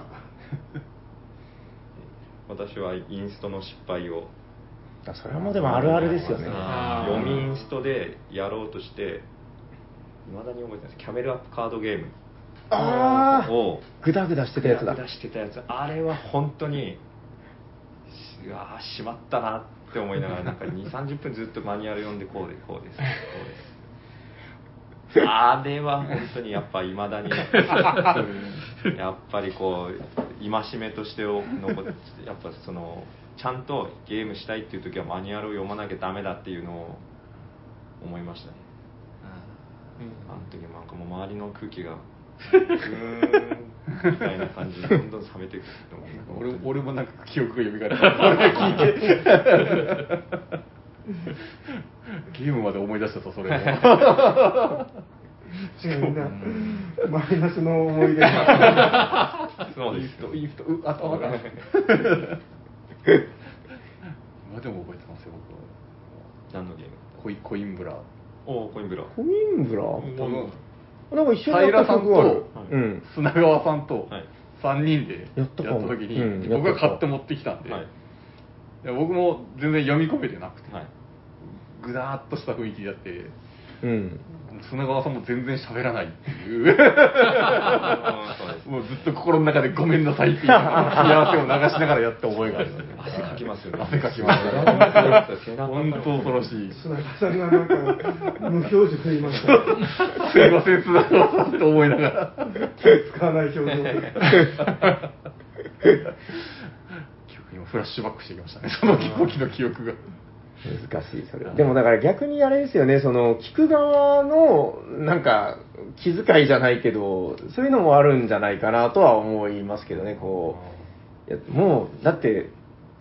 Speaker 6: 私はインストの失敗を
Speaker 2: あそれはもうでもあるあるですよね。
Speaker 1: あ
Speaker 6: 読みインストでやろうとしていまだに覚えてないですキャメルアップカードゲーム
Speaker 2: ああ
Speaker 6: を
Speaker 2: グダグダしてたやつだ。
Speaker 6: 出してたやつあれは本当にしああしまったなって思いながらなんか2 3 0分ずっとマニュアル読んでこうでこうですこうですあれは本当にやっぱいまだにやっぱりこう戒めとして残ってやっぱそのちゃんとゲームしたいっていう時はマニュアルを読まなきゃダメだっていうのを思いましたねあの時なんかもう周りの空気がうーんみたいな感じでどんどん冷めていくと思う
Speaker 4: 俺俺もなんか記憶が蘇らない。それ聞い
Speaker 6: <laughs>
Speaker 4: て。ゲームまで思い出したとそれも。
Speaker 5: 違うみんなマイナスの思い出が
Speaker 6: そう
Speaker 4: イ
Speaker 6: です
Speaker 4: ーフトイーフ
Speaker 2: <laughs>
Speaker 4: トう頭が。今でも覚えてますよ
Speaker 6: 何のゲーム
Speaker 4: 僕。コイコインブラ。
Speaker 6: おおコインブラ
Speaker 2: コインブラ
Speaker 4: の
Speaker 2: なんか一緒にや
Speaker 4: 平
Speaker 2: った
Speaker 4: さん
Speaker 2: 曲ある
Speaker 4: と。
Speaker 2: うん。
Speaker 4: 砂川さんと
Speaker 6: はい
Speaker 4: 3人で
Speaker 2: や
Speaker 4: や
Speaker 2: っ
Speaker 4: ったた
Speaker 2: かも
Speaker 4: 時
Speaker 2: うん
Speaker 4: に僕が買って持ってきたんで
Speaker 6: はい
Speaker 4: で僕も全然読み込めてなくて
Speaker 6: はい
Speaker 4: ぐだーっとした雰囲気でやって
Speaker 2: うん。
Speaker 4: 砂川さんも全然喋らないっていう。もうずっと心の中でごめんなさいっていう幸せを流しながらやった覚えがある、ね。
Speaker 6: 汗かきますよね
Speaker 4: 汗かきます
Speaker 6: 汗かきますよ
Speaker 4: 本当恐ろしい。
Speaker 5: 砂川さんがなんか、無表情で言いま <laughs> した。
Speaker 4: すいません、砂川さんと思いながら。
Speaker 5: 手使わない表情
Speaker 4: 記憶今フラッシュバックしてきましたね。その時の記憶が。
Speaker 2: 難しい、それは。でもだから逆にあれですよね、その、聞く側の、なんか、気遣いじゃないけど、そういうのもあるんじゃないかなとは思いますけどね、こう。いやもう、だって、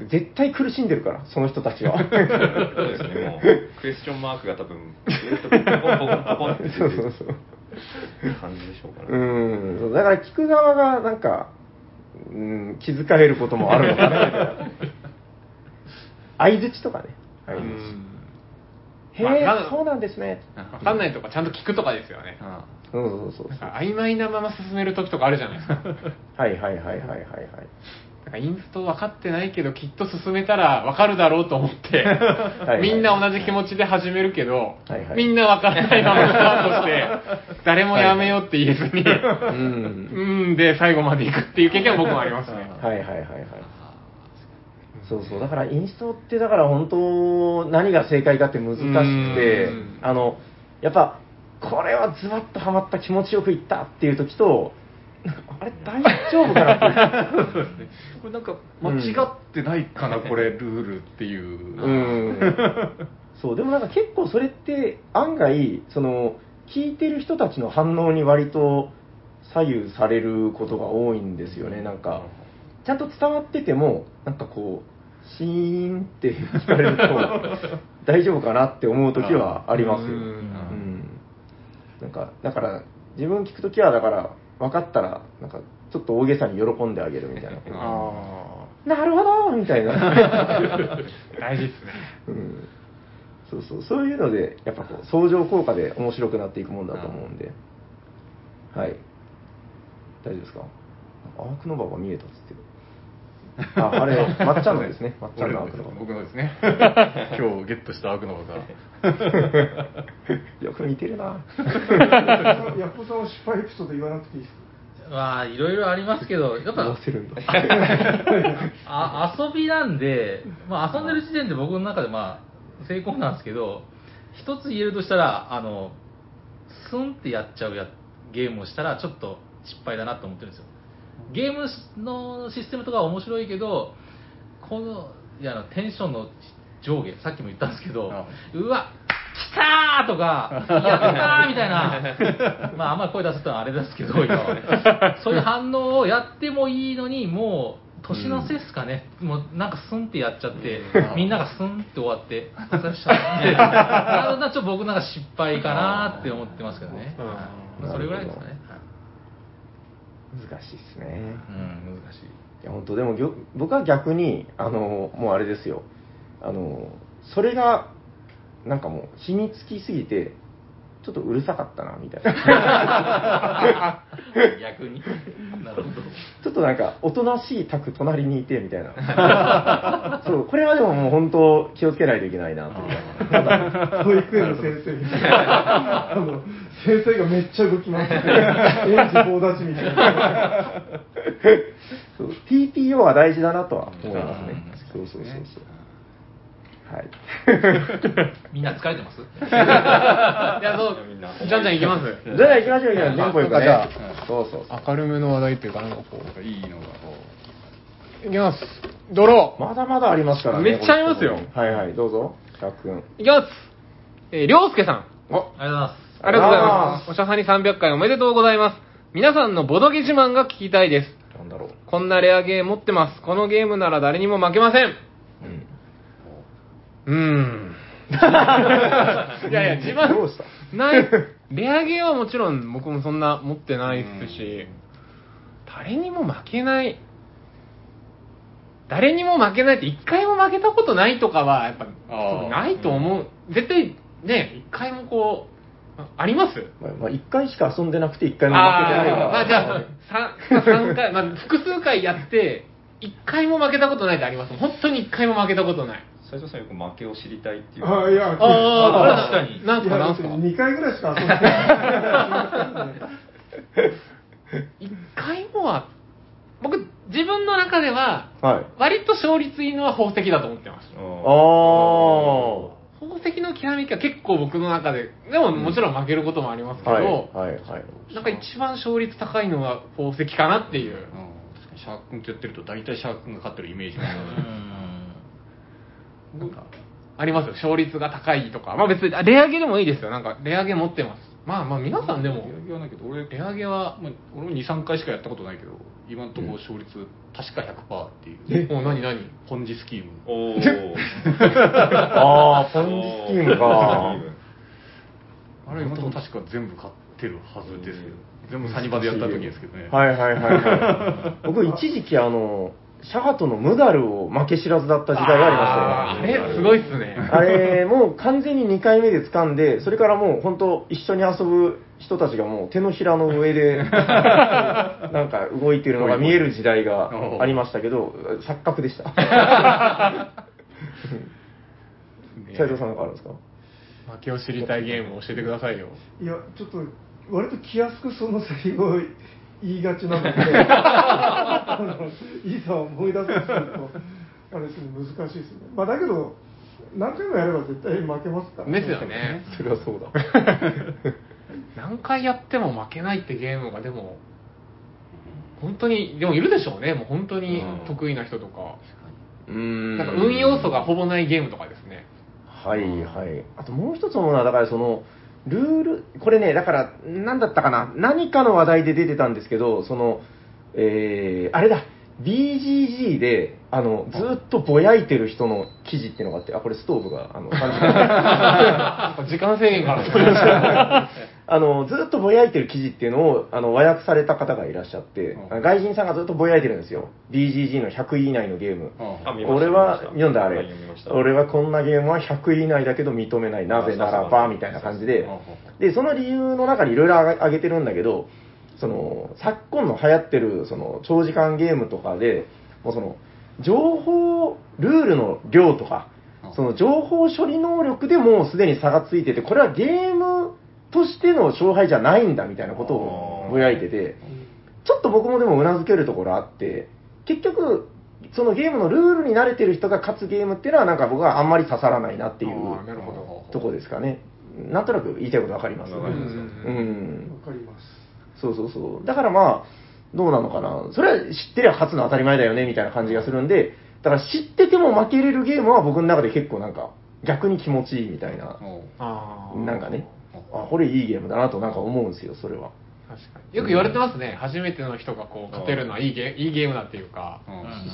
Speaker 2: 絶対苦しんでるから、その人たち <laughs> は。
Speaker 6: そうですね、もう、クエスチョンマークが多分、ポコンポコンポコンって出て
Speaker 2: そうそうそう。
Speaker 6: る感じでしょうから、
Speaker 2: うん、だから聞く側がなんか、うん、気遣えることもあるのか <laughs> ね。相槌とかね。相槌へえ、
Speaker 3: まあ
Speaker 2: そうなんですね。
Speaker 3: わかんないとか、ちゃんと聞くとかですよね。
Speaker 2: そうそうそうそ
Speaker 3: なん
Speaker 2: う。
Speaker 3: か曖昧なまま進める時とかあるじゃないですか。
Speaker 2: <laughs> はいはいはいはいはいはい。
Speaker 3: なんかインスト分かってないけど、きっと進めたら分かるだろうと思って、
Speaker 2: い
Speaker 3: みんな同じ気持ちで始めるけど、
Speaker 2: はいはい
Speaker 3: みんな分からないままスタート
Speaker 2: <laughs>
Speaker 3: して、誰もやめようって言えずに、
Speaker 2: う。
Speaker 3: うんんで最後まで行くっていう経験は僕もありますね。
Speaker 2: はいはいはいはい。そうそう、だからインストって、だから本当、何が正解かって難しくて
Speaker 3: うん、
Speaker 2: あの、やっぱ、これはズバッとハマった気持ちよくいったっていう時と、あれ大丈夫かなっていう
Speaker 4: <laughs> これなんか、間違ってないかな、これ、ルールっていう。
Speaker 2: うん <laughs> そうでもなんか結構それって案外その聞いてる人たちの反応に割と左右されることが多いんですよねなんかちゃんと伝わっててもなんかこうシーンって聞かれると大丈夫かなって思う時はありますよ、
Speaker 3: う
Speaker 2: うんん、なんかだから自分聞く時はだから分かったらなんかちょっと大げさに喜んであげるみたいな
Speaker 3: あ
Speaker 2: なるほどみたいな
Speaker 3: ー大事ですね。
Speaker 2: うんそうそう、そういうので、やっぱこう、相乗効果で面白くなっていくもんだと思うんで。はい。大丈夫ですかなんかアークノバが見えたっつってる。あ、あれ、
Speaker 4: <laughs>
Speaker 2: まっちゃんのですね。まっちゃんのアークノバ。
Speaker 4: 僕のですね。 <laughs> 今日ゲットしたアークノバが。
Speaker 2: よく似てるな。
Speaker 5: ヤッコさんは失敗エピソード言わなくていいですか
Speaker 1: まあ、いろいろありますけど、やっぱ
Speaker 2: 合わ、せる
Speaker 1: <laughs>
Speaker 2: んだ。
Speaker 1: あ遊びなんで、まあ、遊んでる時点で僕の中でまあ成功なんですけど、一つ言えるとしたら、あのスンってやっちゃうやゲームをしたら、ちょっと失敗だなと思ってるんですよ。ゲームのシステムとかは面白いけど、このいやあのテンションの上下、さっきも言ったんですけど、うわ来たーとか、やったーみたいな、まあ、あんまり声出すとはあれですけど、今はそういう反応をやってもいいのに、もう、年のせいっすかね、もうなんかスンってやっちゃって、みんながスンって終わって、お疲れっ <laughs> したって、なるほどちょっと僕なんか失敗かなーって思ってますけどね、はいそれぐらいですかね、はい
Speaker 2: 難しいですね。
Speaker 1: うん、難しい。
Speaker 2: いや本当でもぎょ僕は逆にあのもうあれですよあのそれがなんかもう秘密きすぎてちょっとうるさかったなみたいな
Speaker 1: <laughs> 逆に、なるほど。
Speaker 2: ちょっとなんかおとなしい宅隣にいてみたい
Speaker 3: <laughs>
Speaker 2: なそうこれはでももう本当気をつけないといけないなというか
Speaker 5: 保育園の先生みたいな。あの、先生がめっちゃ動きます。園児棒立ちみたいな。
Speaker 2: そう TPO は大事だなとは思いますねそうそうそうそうはい
Speaker 1: みんな疲れて
Speaker 2: <laughs>
Speaker 1: ます
Speaker 3: いや、そう、
Speaker 6: みんな
Speaker 3: じゃんじゃん行きます。
Speaker 2: <laughs> じゃあ行きましょう行きましょうテンポよくね
Speaker 3: じゃあ
Speaker 2: そうそうそう
Speaker 3: 明るめの話題っていうか、なんかこう。
Speaker 4: いいのがこ
Speaker 3: いきます。ドロー。
Speaker 2: まだまだありますからね
Speaker 3: めっちゃありますよ
Speaker 2: はいはいどうぞ百君
Speaker 3: いきます。えー、りょうすけさん。
Speaker 2: あ
Speaker 1: ありが
Speaker 3: ありがとうございます。おしゃさに300回おめでとうございます。皆さんのボドゲ自慢が聞きたいです。
Speaker 2: なんだろう
Speaker 3: こんなレアゲーム持ってます。このゲームなら誰にも負けません。うー <laughs> ん。いやいや、自慢。
Speaker 2: どうした <laughs>
Speaker 3: ない。レアゲーはもちろん僕もそんな持ってないですし、誰にも負けない。誰にも負けないって一回も負けたことないとかはやっぱ
Speaker 4: あー
Speaker 3: ないと思う。絶対ね、一回もこう、ああります
Speaker 2: まあ、まあ、1回しか遊んでなくて1回も負けて
Speaker 3: あ
Speaker 2: ない
Speaker 3: ー
Speaker 2: から。
Speaker 3: まあじゃあ、さ三回、まあ複数回やって、一回も負けたことないってあります。本当に一回も負けたことない。
Speaker 6: 斉藤さんよく負けを知りたいっていう。
Speaker 5: あいや、
Speaker 3: あー
Speaker 1: 確かに
Speaker 3: なんす
Speaker 5: いや
Speaker 3: か、なんすか。
Speaker 5: 2回ぐらいしか遊んでない。
Speaker 3: 一回もは、僕、自分の中では、
Speaker 2: はい。
Speaker 3: 割と勝率いいのは宝石だと思ってます。
Speaker 2: あ
Speaker 6: うん
Speaker 3: 宝石のきらめきは結構僕の中で、でももちろん負けることもありますけ
Speaker 2: あ。
Speaker 3: ど、
Speaker 2: はい。はい。はい。
Speaker 3: なんか一番勝率高いのは宝石かなっていう。
Speaker 4: 確かにシャーク君とやってると大体シャーク君が勝ってるイメージが
Speaker 3: ありますよ、勝率が高いとか。まあ別に、あレアゲでもいいですよ。なんか、レアゲ持ってます。まあまあ皆さんでも、
Speaker 4: レアゲはないけど俺レアゲは、まあ、俺も23回しかやったことないけど今のところ勝率確か100%っていう、
Speaker 3: もう何何
Speaker 4: ポンジスキーム
Speaker 6: おー
Speaker 2: ああ、ポンジスキームか。
Speaker 4: あれ今のところ確か全部勝ってるはずですよ全部サニバでやった時ですけどね、
Speaker 2: はいはいはいはい。僕、一時期、あの、シャハトのムダルを負け知らずだった時代がありましたよ。
Speaker 3: あれ、すごいっすね。
Speaker 2: あれ、もう完全に2回目で掴んで、それからもう本当、一緒に遊ぶ人たちがもう手のひらの上 <laughs> で、なんか動いてるのが見える時代がありましたけど、錯覚で <laughs> した。斉藤さんなんかあるんですか
Speaker 3: 負けを知りたいゲームを教えてくださいよ。
Speaker 5: いや、ちょっと、割と気安くそのセリフを言いがち
Speaker 3: <laughs>
Speaker 5: なので、あのいいさを思い出すとすると、あれですね、難しいですね。まあ、だけど、何回もやれば絶対負けますから
Speaker 3: ですよね。
Speaker 2: それはそうだ。 <laughs>
Speaker 3: 何回やっても負けないってゲームが、でも、本当に、でもいるでしょうね。もう本当に得意な人とか。
Speaker 2: うーん
Speaker 3: なんか運要素がほぼないゲームとかです <laughs> ね。
Speaker 2: はいはい。あともう一つ思うのは、だからその、ルール、これね、だから、なんだったかな、何かの話題で出てたんですけど、その、えー、あれだ、BGG で、あの、ずーっとぼやいてる人の記事っていうのがあって、あ、これストーブが、あの、
Speaker 3: <laughs> なんか時間制限があるんですよ
Speaker 2: あの、ずーっとぼやいてる記事っていうのを、あの、和訳された方がいらっしゃって、
Speaker 4: うん
Speaker 2: 外人さんがずっとぼやいてるんですよ。BGG の100位以内のゲーム。
Speaker 6: あ見ました
Speaker 2: 俺は、読
Speaker 6: 見ました
Speaker 2: んだあ
Speaker 6: はい
Speaker 2: れ
Speaker 6: 読みまし。た
Speaker 2: 俺はこんなゲームは100位以内だけど認めない。なぜならば、
Speaker 6: あそうそうそう
Speaker 2: みたいな感じで
Speaker 4: そう。
Speaker 2: で、その理由の中にいろいろ挙げてるんだけど、その、昨今の流行ってる、その、長時間ゲームとかで、もうその、情報、ルールの量とか、その情報処理能力でもうすでに差がついてて、これはゲームとしての勝敗じゃないんだみたいなことをぼやいてて、ちょっと僕もでもうなずけるところあって、結局、そのゲームのルールに慣れてる人が勝つゲームっていうのは、なんか僕はあんまり刺さらないなってい
Speaker 3: あーな
Speaker 2: う
Speaker 3: るほど。
Speaker 2: とこですかね。なんとなく言いたいことわかります。
Speaker 6: わか
Speaker 3: う
Speaker 6: ります
Speaker 2: うんん
Speaker 5: わかります。
Speaker 2: そうそうそう。だからまあ、どうなのかな。それは知ってりゃ勝つの当たり前だよね、みたいな感じがするんで、だから知ってても負けれるゲームは僕の中で結構なんか、逆に気持ちいいみたいな、
Speaker 3: <laughs> あー
Speaker 2: なんかね、あ、これいいゲームだなとなんか思うんですよ、それは。
Speaker 3: 確かによく言われてますね、初めての人がこう勝てるのはいいゲいいゲームだっていうか、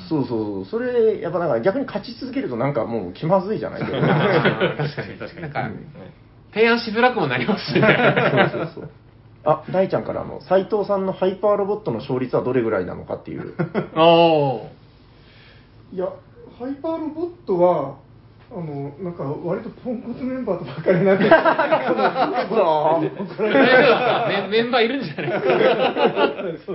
Speaker 2: そうそうそう。それ、やっぱなんか逆に勝ち続けるとなんかもう気まずい
Speaker 4: <laughs>
Speaker 2: じゃないけど。
Speaker 3: あー <laughs> 確かに、確かに、なんか、提案しづらくもなりますしね、 <laughs>
Speaker 2: そうそうそう。あ、大ちゃんからあの、斎藤さんのハイパーロボットの勝率はどれぐらいなのかっていう。
Speaker 3: お
Speaker 5: いや、ハイパーロボットは、あの、なんか、割とポンコツメンバーとばっかりになって、
Speaker 3: ー、 <laughs> メンメンバーいるんじゃないですか、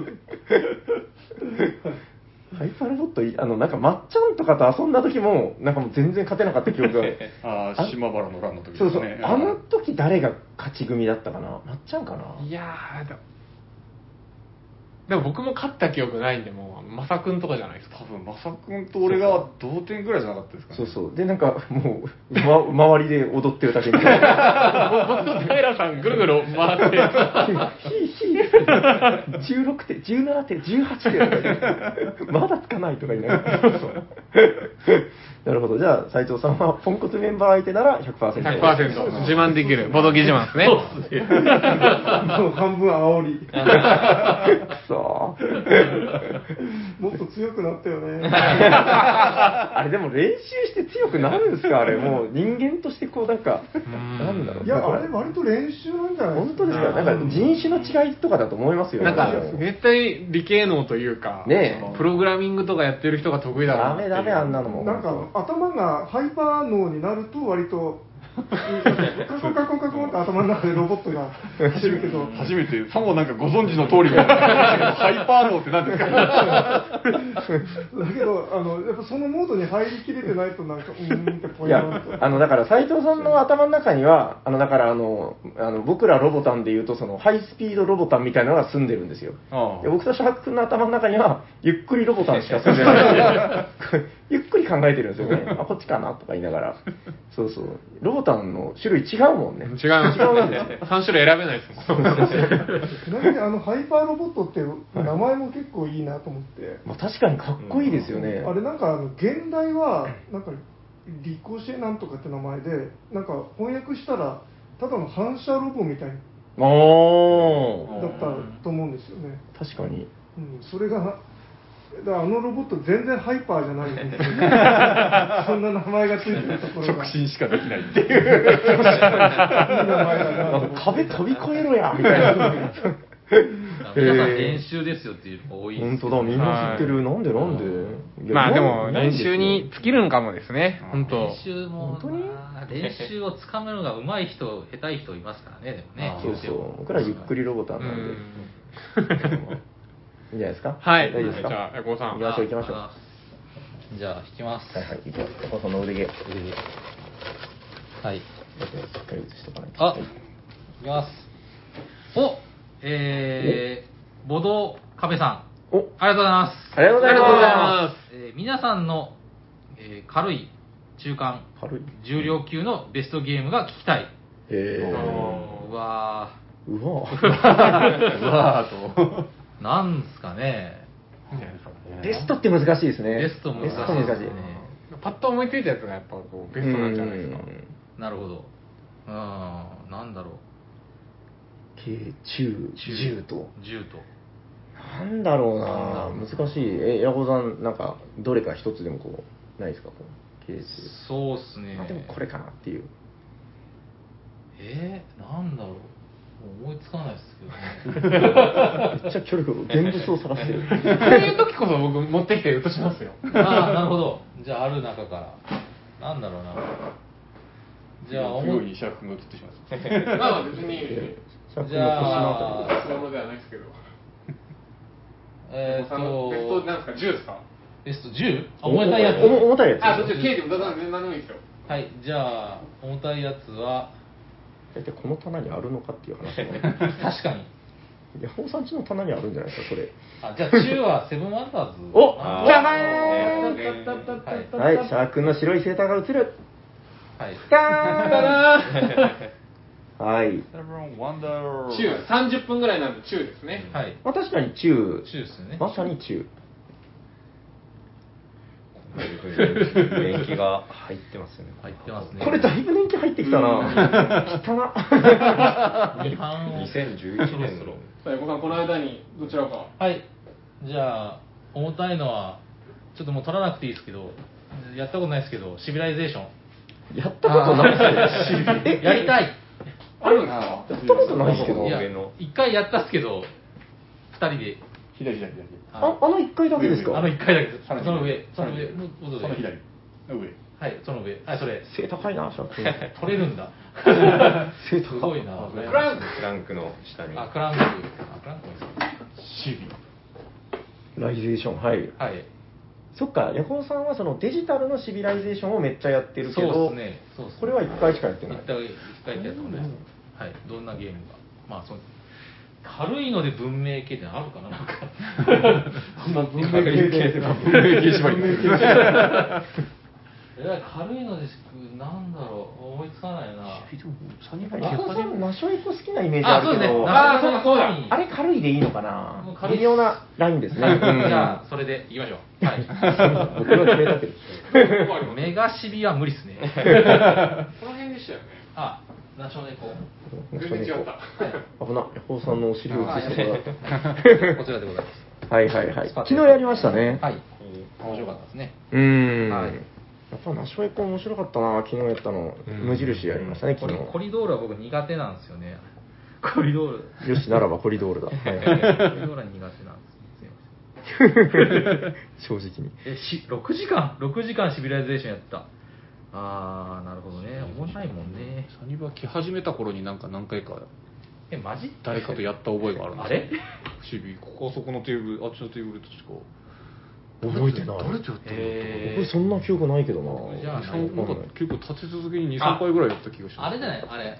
Speaker 2: ハイパーロボットい、あの、なんか、まっちゃんとかと遊んだ時も、なんかもう全然勝てなかった記憶が。
Speaker 4: <laughs> ああ島原の乱の時です
Speaker 2: そ
Speaker 4: ね
Speaker 2: うそう。あの時誰が勝ち組だったかなまっちゃんか
Speaker 4: <laughs>
Speaker 2: ない
Speaker 3: やー、でもでも僕も勝った記憶ないんで、もう、まさくんとかじゃないですか
Speaker 4: 多、分マサ君と俺が同点ぐらいじゃなかったですかね
Speaker 2: そうそう。で、なんか、もう、ま、周りで踊ってるだけみたいな。
Speaker 3: 僕と平さん、ぐるぐる回って、
Speaker 2: ヒーヒー16点、17点、18点。まだつかないとか言いながら。なるほど。じゃあ、斉藤さんは、ポンコツメンバー相手なら100%。
Speaker 3: 100%、自慢できる、ボドゲ自慢ですね。
Speaker 5: もう半分煽
Speaker 3: <laughs>
Speaker 5: り。
Speaker 2: くそー
Speaker 5: もっと強くなったよね。
Speaker 3: <laughs>
Speaker 2: あれでも練習して強くなるんですかあれもう人間としてこうなんか、なんだろう。
Speaker 5: いや、
Speaker 2: なんか
Speaker 5: あれ、割と練習なんじゃない
Speaker 2: 本当ですかなんか人種の違いとかだと思いますよ。
Speaker 3: なんか
Speaker 2: もう、
Speaker 3: 絶対理系能というか、
Speaker 2: ねえ
Speaker 3: そのプログラミングとかやってる人が得意だな
Speaker 2: ダ
Speaker 3: ってい
Speaker 2: メ
Speaker 3: う
Speaker 2: ダメあんなのも。 <laughs>
Speaker 5: なんか頭がハイパー脳になると割とカコカコカコって頭の中でロボットが走るけど、
Speaker 4: 初めて、さもなんかご存知の通りみたいな話だけど。ハイパー能って何ですか
Speaker 5: だけど、あのやっぱそのモードに入りきれてないと、なんか、うーんってぽ
Speaker 2: い
Speaker 5: や
Speaker 2: や
Speaker 5: んと。、
Speaker 2: あの、だから、斎藤さんの頭の中には、あの、だから、あの、あの僕らロボタンで言うと、その、ハイスピードロボタンみたいなのが住んでるんですよ。
Speaker 4: ああ
Speaker 2: で僕とシャーク君の頭の中には、ゆっくりロボタンしか住んで
Speaker 4: <laughs>
Speaker 2: ない。ゆっくり考えてるんですよね。あ、こっちかなとか言いながら。そうそう。ロボタンの種類違うもんね。
Speaker 3: 違うんですよ。3種類選べないですもん。
Speaker 2: <laughs>
Speaker 5: ちなみにあのハイパーロボットって名前も結構いいなと思って、
Speaker 2: まあ、確かにかっこいいですよね。
Speaker 5: あれなんかあの現代はなんかリコシェなんとかって名前でなんか翻訳したらただの反射ロボみたい
Speaker 2: あ
Speaker 5: だったと思うんですよね、
Speaker 2: あ、確かに。
Speaker 5: うん、それがだからあのロボット全然ハイパーじゃないんですよ
Speaker 4: <laughs>
Speaker 5: そんな名前がついてるところが
Speaker 4: 直
Speaker 5: いい
Speaker 4: 進しかできないっていう。
Speaker 5: 名前だな
Speaker 2: な
Speaker 5: と
Speaker 2: ん
Speaker 5: 思
Speaker 2: か
Speaker 5: って
Speaker 2: 壁飛び越えろやみたいな。
Speaker 1: 皆さん練習ですよっていうのが多いで
Speaker 2: 本
Speaker 1: すけ
Speaker 2: 当
Speaker 1: ど
Speaker 2: だ、みんな知ってる。なんでなんでいや
Speaker 3: まあで
Speaker 2: な
Speaker 3: も、
Speaker 2: んないん
Speaker 3: 練
Speaker 2: ですよ
Speaker 3: 習に尽きるんかもですね。本当
Speaker 1: 練。習も
Speaker 2: 本当に
Speaker 1: な練習をつかむのが上手い人下手い人いますからねでもね
Speaker 4: あー
Speaker 2: そうそう。僕らゆっくりロボタンなんで。いいんじゃないですか
Speaker 3: はい。
Speaker 2: 大丈夫ですか
Speaker 3: じゃあ、ヤコウさ
Speaker 2: 行
Speaker 3: ん
Speaker 2: き。ましょう行きましょう。
Speaker 1: あ
Speaker 2: は
Speaker 1: じゃあ引きます
Speaker 2: いはい、行きます。ここの腕毛。
Speaker 1: 腕ではい
Speaker 2: しっかり映しとかないと。
Speaker 1: あいきますおえー、ボドーカベさん
Speaker 2: お
Speaker 1: ありがとうございます
Speaker 2: ありがとうございま
Speaker 1: ます、えー皆さんの、えー軽い中間
Speaker 2: す。軽い。
Speaker 1: 重量級のベストゲームが聞きたい
Speaker 2: え
Speaker 1: うわ
Speaker 2: ー。うわ <laughs>
Speaker 4: うわーと。
Speaker 1: ーなんすかね
Speaker 2: ぁ。ベストって難しいですね。
Speaker 1: ベスト難しい
Speaker 2: ベ
Speaker 1: です
Speaker 2: ス
Speaker 1: ね
Speaker 2: ト難しい。
Speaker 3: パッと思いついたやつがやっぱこうベストなんじゃないですか
Speaker 2: う。
Speaker 1: なるほどうんなんだろ
Speaker 2: 軽、中、重と。
Speaker 1: う10と
Speaker 2: なんだろうな難しい。え、ヤコさん、なんか、どれか一つでもこう、ないですかこう、ケース。
Speaker 1: そうっすね
Speaker 2: あでもこれかなっていう。
Speaker 1: えー、なんだろう思いつかないですけどね
Speaker 2: <laughs> めっちゃ距離が、現物を探してる。
Speaker 3: こういう時こそ僕持ってきて落としますよ。
Speaker 1: ああなるほどじゃあある中からなんだろうなじゃあ
Speaker 4: 思
Speaker 1: 思
Speaker 4: う
Speaker 1: い
Speaker 4: にシャークが映ってしまった。
Speaker 3: まあ別に、
Speaker 2: シャーク
Speaker 1: じ
Speaker 2: の腰のあたり
Speaker 1: ゃあ
Speaker 3: ものではないですけど。
Speaker 1: えー、っと
Speaker 3: ですか ?10 ですか
Speaker 1: ベスト 10? あ重たいやつ
Speaker 2: おお重たいやつ
Speaker 3: でも何でもいいですよ。
Speaker 1: はいじゃあ重たいやつは
Speaker 2: 大体この棚にあるのかっていう話も
Speaker 1: 確かに
Speaker 2: ヤホーさんちの棚にあるんじゃないですかそれ
Speaker 1: あじゃあ中はセブンワンダーズ
Speaker 2: お
Speaker 1: あー
Speaker 2: じゃがーん
Speaker 1: ねはい
Speaker 2: はいシャークの白いセーターが映る
Speaker 1: はい
Speaker 2: ダーンはい、
Speaker 4: セブンワンダー。
Speaker 3: 30分ぐらいなんで中ですね
Speaker 1: はい
Speaker 2: まあ、確かに中
Speaker 1: 中ですね
Speaker 2: まさに中
Speaker 6: 年季が入ってますよね。
Speaker 1: 入ってますね
Speaker 2: これだいぶ年季入ってきたな汚っ <laughs>
Speaker 1: 二班を
Speaker 6: 2011年
Speaker 1: そろ
Speaker 6: の
Speaker 1: そろ
Speaker 3: さあ、横さん、この間にどちらか。
Speaker 1: はいじゃあ重たいのはちょっともう取らなくていいですけどやったことないですけどシビライゼーション
Speaker 2: やったこ
Speaker 1: <laughs>
Speaker 2: とないですよ
Speaker 1: やりたい
Speaker 3: あるんですか
Speaker 2: やったことないですけど
Speaker 1: いや
Speaker 6: 上の
Speaker 1: 一回やったっすけど二人で
Speaker 4: 左、左、左。
Speaker 1: あ
Speaker 2: あ
Speaker 1: の
Speaker 2: あの1回だけですか
Speaker 1: あの一回だけです
Speaker 4: さらに
Speaker 1: その上その上
Speaker 4: さらに
Speaker 1: のことで
Speaker 4: その左。上。
Speaker 1: はいその上はいそれ
Speaker 2: 背高いなシャーク君
Speaker 1: 取れるん
Speaker 6: <laughs>
Speaker 1: だ
Speaker 2: 背
Speaker 1: すごいな
Speaker 4: ク
Speaker 1: ラン
Speaker 6: クランクの下に。
Speaker 1: あクランクあクランクもいいですね
Speaker 4: シビ。
Speaker 2: ライゼーションはい
Speaker 1: はい
Speaker 2: そっかヤホーさんはそのデジタルのシビライゼーションをめっちゃやってるけど
Speaker 1: そうですねそうっすね
Speaker 2: これは1回しかやってない
Speaker 1: 一回一回やったことないです、はい、どんなゲームがまあその軽いので文明系ってあるかななんか
Speaker 5: まあ文明系で
Speaker 4: 右縛り。
Speaker 1: いや軽いのでしくなんだろう思いつかないな
Speaker 2: ヤホーさんナショエコ好きなイメージあ
Speaker 1: あそ
Speaker 2: る
Speaker 1: うで
Speaker 2: け
Speaker 1: すね
Speaker 2: ど
Speaker 1: あそうだそうだ
Speaker 2: あれ軽いでいいのかな
Speaker 1: もう軽い
Speaker 2: 微妙なラインですね。
Speaker 1: じゃあそれでいきましょうは
Speaker 2: 僕は決め <laughs> たけど。
Speaker 1: いメガシビは無理っすね
Speaker 3: この辺でしたよね。
Speaker 1: あナショナルコー
Speaker 3: 全然違った。
Speaker 2: 危な、ヤホーさんのお尻を映してもらっ
Speaker 1: こちらでございます
Speaker 2: た。はいはいはい。昨日やりましたね。
Speaker 1: はい面白かったですね
Speaker 2: うーん。
Speaker 1: はい
Speaker 2: やっぱナショエコ面白かったな、昨日やったの。無印やりましたね、
Speaker 1: コ
Speaker 2: 昨
Speaker 1: リコ
Speaker 2: 日。
Speaker 1: リドールは僕苦手なんですよねコリドール
Speaker 2: よし、ならばコリド
Speaker 1: <laughs>
Speaker 2: ールだ。はい
Speaker 1: コ
Speaker 2: は
Speaker 1: リ
Speaker 2: い
Speaker 1: ドールは苦手なんですすいません
Speaker 2: <laughs> 正直に。
Speaker 1: えし6時間6時間シビライゼーションやったああなるほどねオンラインもんね
Speaker 4: サニバ来始めた頃になんか何回か
Speaker 1: えマジ
Speaker 4: 誰かとやった覚えがあるんです
Speaker 1: あれ
Speaker 4: 不思議ここあそこのテーブルあっちのテーブルと確か
Speaker 2: 覚えてない。
Speaker 4: 誰とやったんだ
Speaker 1: え
Speaker 2: 僕そんな記憶ないけどな。
Speaker 1: じゃあ
Speaker 4: なんか結構立て続けに23回ぐらいやった気がします
Speaker 7: あれじゃないあれ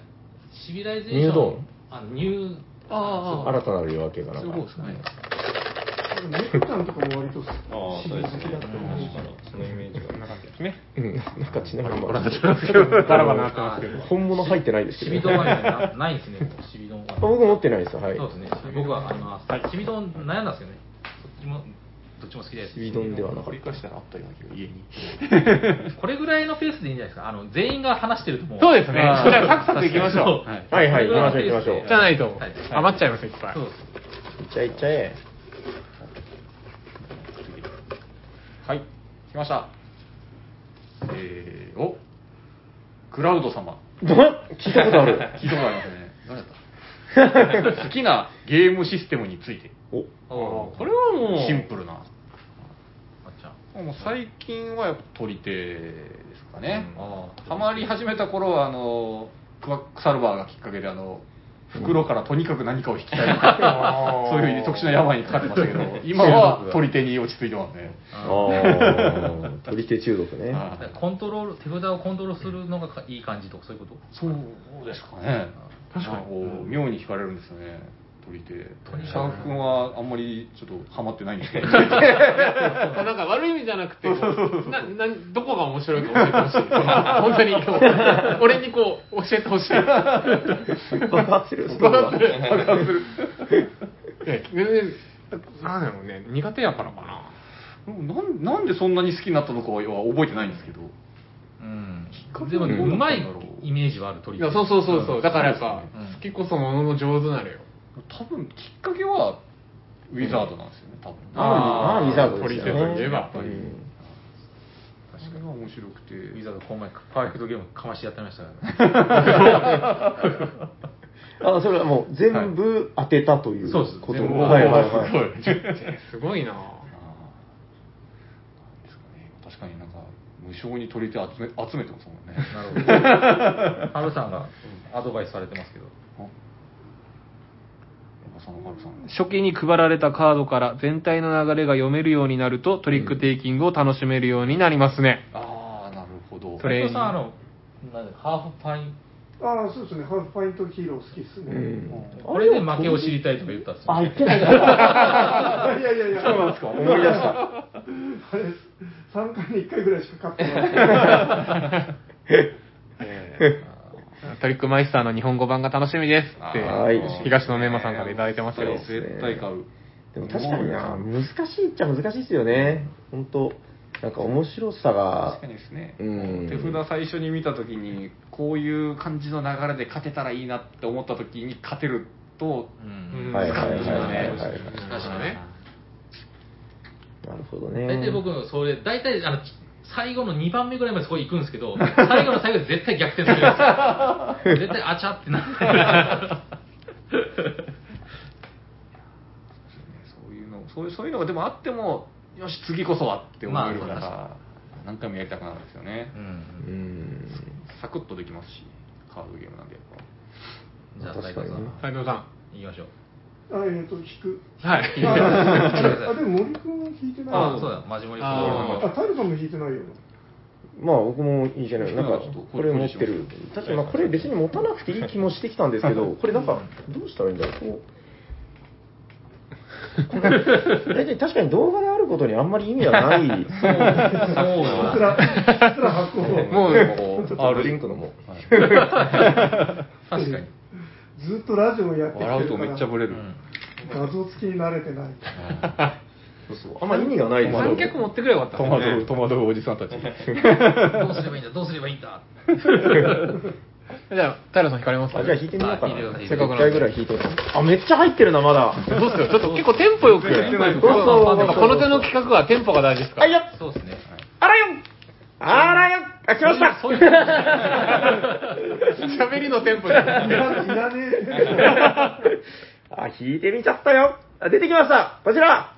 Speaker 7: シビライゼーション
Speaker 2: ニュードーン
Speaker 7: あニュー
Speaker 4: ああ
Speaker 2: 新たなる夜明けかな
Speaker 4: す
Speaker 2: ん
Speaker 4: ごいで
Speaker 2: か。
Speaker 4: すね
Speaker 5: ネクタンとかも割と
Speaker 6: ああ、そうですね。
Speaker 5: だと
Speaker 6: 確
Speaker 5: 思う
Speaker 6: かに。そのイメージが。
Speaker 3: ね。
Speaker 2: うん、なんかちなみに、
Speaker 3: バラバラなってますけど。
Speaker 2: 本物入ってないです
Speaker 1: シ
Speaker 2: け
Speaker 1: ビ
Speaker 2: ど
Speaker 1: ドン。はなないん <laughs> ですねシビドンは
Speaker 2: あ僕持ってないです、はい。
Speaker 1: そうですね僕はあります、シビドン悩んだんですよねどっちもどっちも好きです
Speaker 2: シビドンではなかっ。
Speaker 4: り返したらあったような気が家に
Speaker 1: これぐらいのペースでいいんじゃないですかあの全員が話してるとも
Speaker 3: そうですね。じゃあ、サクサク行きましょ
Speaker 1: はいう
Speaker 2: はいはい、行きましょう行きましょう。
Speaker 3: じゃないと
Speaker 1: はい、
Speaker 3: 余っちゃいます、いっぱい
Speaker 1: そう。です
Speaker 2: いっちゃえいっちゃえ。
Speaker 4: はい来ましたえー、おクラウド様
Speaker 2: 聞いたことある。
Speaker 4: <laughs> 聞いたことありますね誰だった好きなゲームシステムについて
Speaker 2: お、
Speaker 1: お
Speaker 4: これはもうシンプルな
Speaker 1: あっちゃん
Speaker 4: もう最近はやっぱ取り手ですかね、
Speaker 1: ああ
Speaker 4: ハマり始めた頃はあのクワックサルバーがきっかけであの袋からとにかく何かを引きたいとか <laughs> そういう特殊な病にかかってましたけど今は取り手に落ち着いてますね
Speaker 2: ああ、取り手中毒ね。
Speaker 1: だから
Speaker 4: はい
Speaker 1: コントロール手札をコントロールするのがかいい感じとかそういうこと
Speaker 4: そうですかね確かにこう妙に惹かれるんですよね取り手シャーク君はあんまりちょっとハマってないん <laughs> ですけど
Speaker 3: なんか悪い意味じゃなく <laughs> て、こうななどこが面白いか教えてほしい。本当に、こ <laughs> う俺にこう、教えてほしい。
Speaker 2: 爆発する。
Speaker 3: <laughs> ね全然、なんだろうね、苦手やからかな。
Speaker 4: なんなんでそんなに好きになったのかは覚えてないんですけど
Speaker 1: うん
Speaker 4: かけ
Speaker 1: でも
Speaker 4: どう
Speaker 1: う
Speaker 4: な
Speaker 1: ま
Speaker 4: った
Speaker 1: い
Speaker 4: んだろう
Speaker 1: イメージはある鳥
Speaker 3: いやそうそうそうそう、だからやっぱ、
Speaker 1: うん
Speaker 3: 好きこそものの上手な <laughs> るよ。
Speaker 4: 多分きっかけはウィザードなんですよね多分
Speaker 2: あーまあ、ウィザードですよね。
Speaker 3: 取り手といえばやっぱり
Speaker 2: うん
Speaker 4: 確かに面白くて
Speaker 1: ウィザードこの前パーフェクトゲームかましてやってました
Speaker 2: <laughs>
Speaker 1: から
Speaker 2: あ、それはもう全部当てたという
Speaker 1: そうです
Speaker 2: こと。
Speaker 1: 全部
Speaker 2: はいはいはい。
Speaker 3: すごいな
Speaker 4: あーなんですかね確かになんか無償に取り手集め集めてますもんね
Speaker 1: なるほど。ハルさんがアドバイスされてますけど。
Speaker 4: あやっぱその丸さん
Speaker 3: 初期に配られたカードから全体の流れが読めるようになるとトリックテイキングを楽しめるようになりますね。
Speaker 4: ああなるほど
Speaker 3: それ
Speaker 1: 斉藤さん、あの、なんだハーフパイン、
Speaker 5: ああそうですねハーフパイントヒーロー好きです
Speaker 2: う
Speaker 5: ね、
Speaker 2: ん
Speaker 1: これで負けを知りたいとか言ったんですよ、ね。
Speaker 5: あいやいやいやそうなんですか
Speaker 2: 思い出した。
Speaker 5: あれ3回に1回ぐらいしか勝って
Speaker 4: <laughs>
Speaker 5: ない
Speaker 3: トリックマイスターの日本語版が楽しみですって
Speaker 2: はい、
Speaker 3: 東野メンマさんからいただいてますけど
Speaker 4: そ。れ絶対買う
Speaker 2: でも確かにな、難しいっちゃ難しいですよね。本当なんか面白さが
Speaker 4: 確か、にですね、
Speaker 2: うん
Speaker 4: 手札最初に見た時にこういう感じの流れで勝てたらいいなって思った時に勝てると
Speaker 1: うん。
Speaker 2: はいはいはい
Speaker 4: 難しいよ
Speaker 2: は
Speaker 4: ね
Speaker 2: いはい
Speaker 3: 確かね。
Speaker 2: なるほどね。
Speaker 1: 大体僕、それ、大体、あの、最後の2番目ぐらいまでそこ行くんですけど、最後の最後で絶対逆転するやつ。
Speaker 2: <laughs>
Speaker 1: 絶対あちゃってなる。
Speaker 4: そういうのそういうそういうのがでもあってもよし次こそはって思えるから、
Speaker 1: ま
Speaker 4: 何回もやりたくなるんですよね
Speaker 1: う、ん。
Speaker 2: うん。
Speaker 4: サクッとできますしカードゲームなんでやっぱ
Speaker 1: じゃあ、斉
Speaker 2: 確
Speaker 1: 藤
Speaker 2: かに
Speaker 1: さ
Speaker 2: ね
Speaker 1: ん、
Speaker 3: 斉藤さ
Speaker 1: 行きましょう。
Speaker 5: あえっ、と聞く
Speaker 3: ん。
Speaker 2: <laughs>
Speaker 3: はい。
Speaker 5: あでも森君は弾いてない
Speaker 1: あ、そうだ、マジモリ
Speaker 4: あ
Speaker 5: あタルさんも弾いてないよ
Speaker 2: まあ僕もいいじゃない、なんかこれ持ってる、確かにまあこれ別に持たなくていい気もしてきたんですけど、これなんか、どうしたらいいんだろう、こう、大体確かに動画であることにあんまり意味はない、
Speaker 5: ひたすらひたすら発行 <laughs>
Speaker 3: もう、
Speaker 2: ちょっとドリンクのも、
Speaker 1: 確かに。
Speaker 5: ずっとラジオやってきて
Speaker 4: 笑う
Speaker 5: る
Speaker 4: と
Speaker 5: か
Speaker 4: めっちゃ
Speaker 5: ら
Speaker 4: ブレる、
Speaker 5: 画像付きに慣れて
Speaker 4: <laughs>
Speaker 5: ない
Speaker 2: そうそうあんまり意味がないです
Speaker 3: 三脚持ってくればよかった
Speaker 4: 戸
Speaker 3: ね。
Speaker 4: 惑う戸惑うおじさんたち
Speaker 1: どうすればいいんだ、どうすればいいんだ。
Speaker 3: じゃあ、平さん引かれます
Speaker 2: あ
Speaker 3: か
Speaker 2: じゃあ弾いてみようか
Speaker 1: あいいです
Speaker 2: な、
Speaker 1: よ
Speaker 2: せっかく1回ぐらい弾いてあ、めっちゃ入ってるな、まだ。
Speaker 3: どうするちょっと結構テンポよく。
Speaker 2: そうそう
Speaker 3: やっぱこの手の企画はテンポが大事ですか
Speaker 2: あ、い
Speaker 3: ら。
Speaker 2: や、
Speaker 1: そうですね。はい
Speaker 2: あらよんあらよんあ、来ました
Speaker 1: そういうそういう
Speaker 3: 喋りのテンポじゃないい
Speaker 5: らいらねえ
Speaker 2: <laughs> あ、引いてみちゃったよ。あ出てきました。こちら。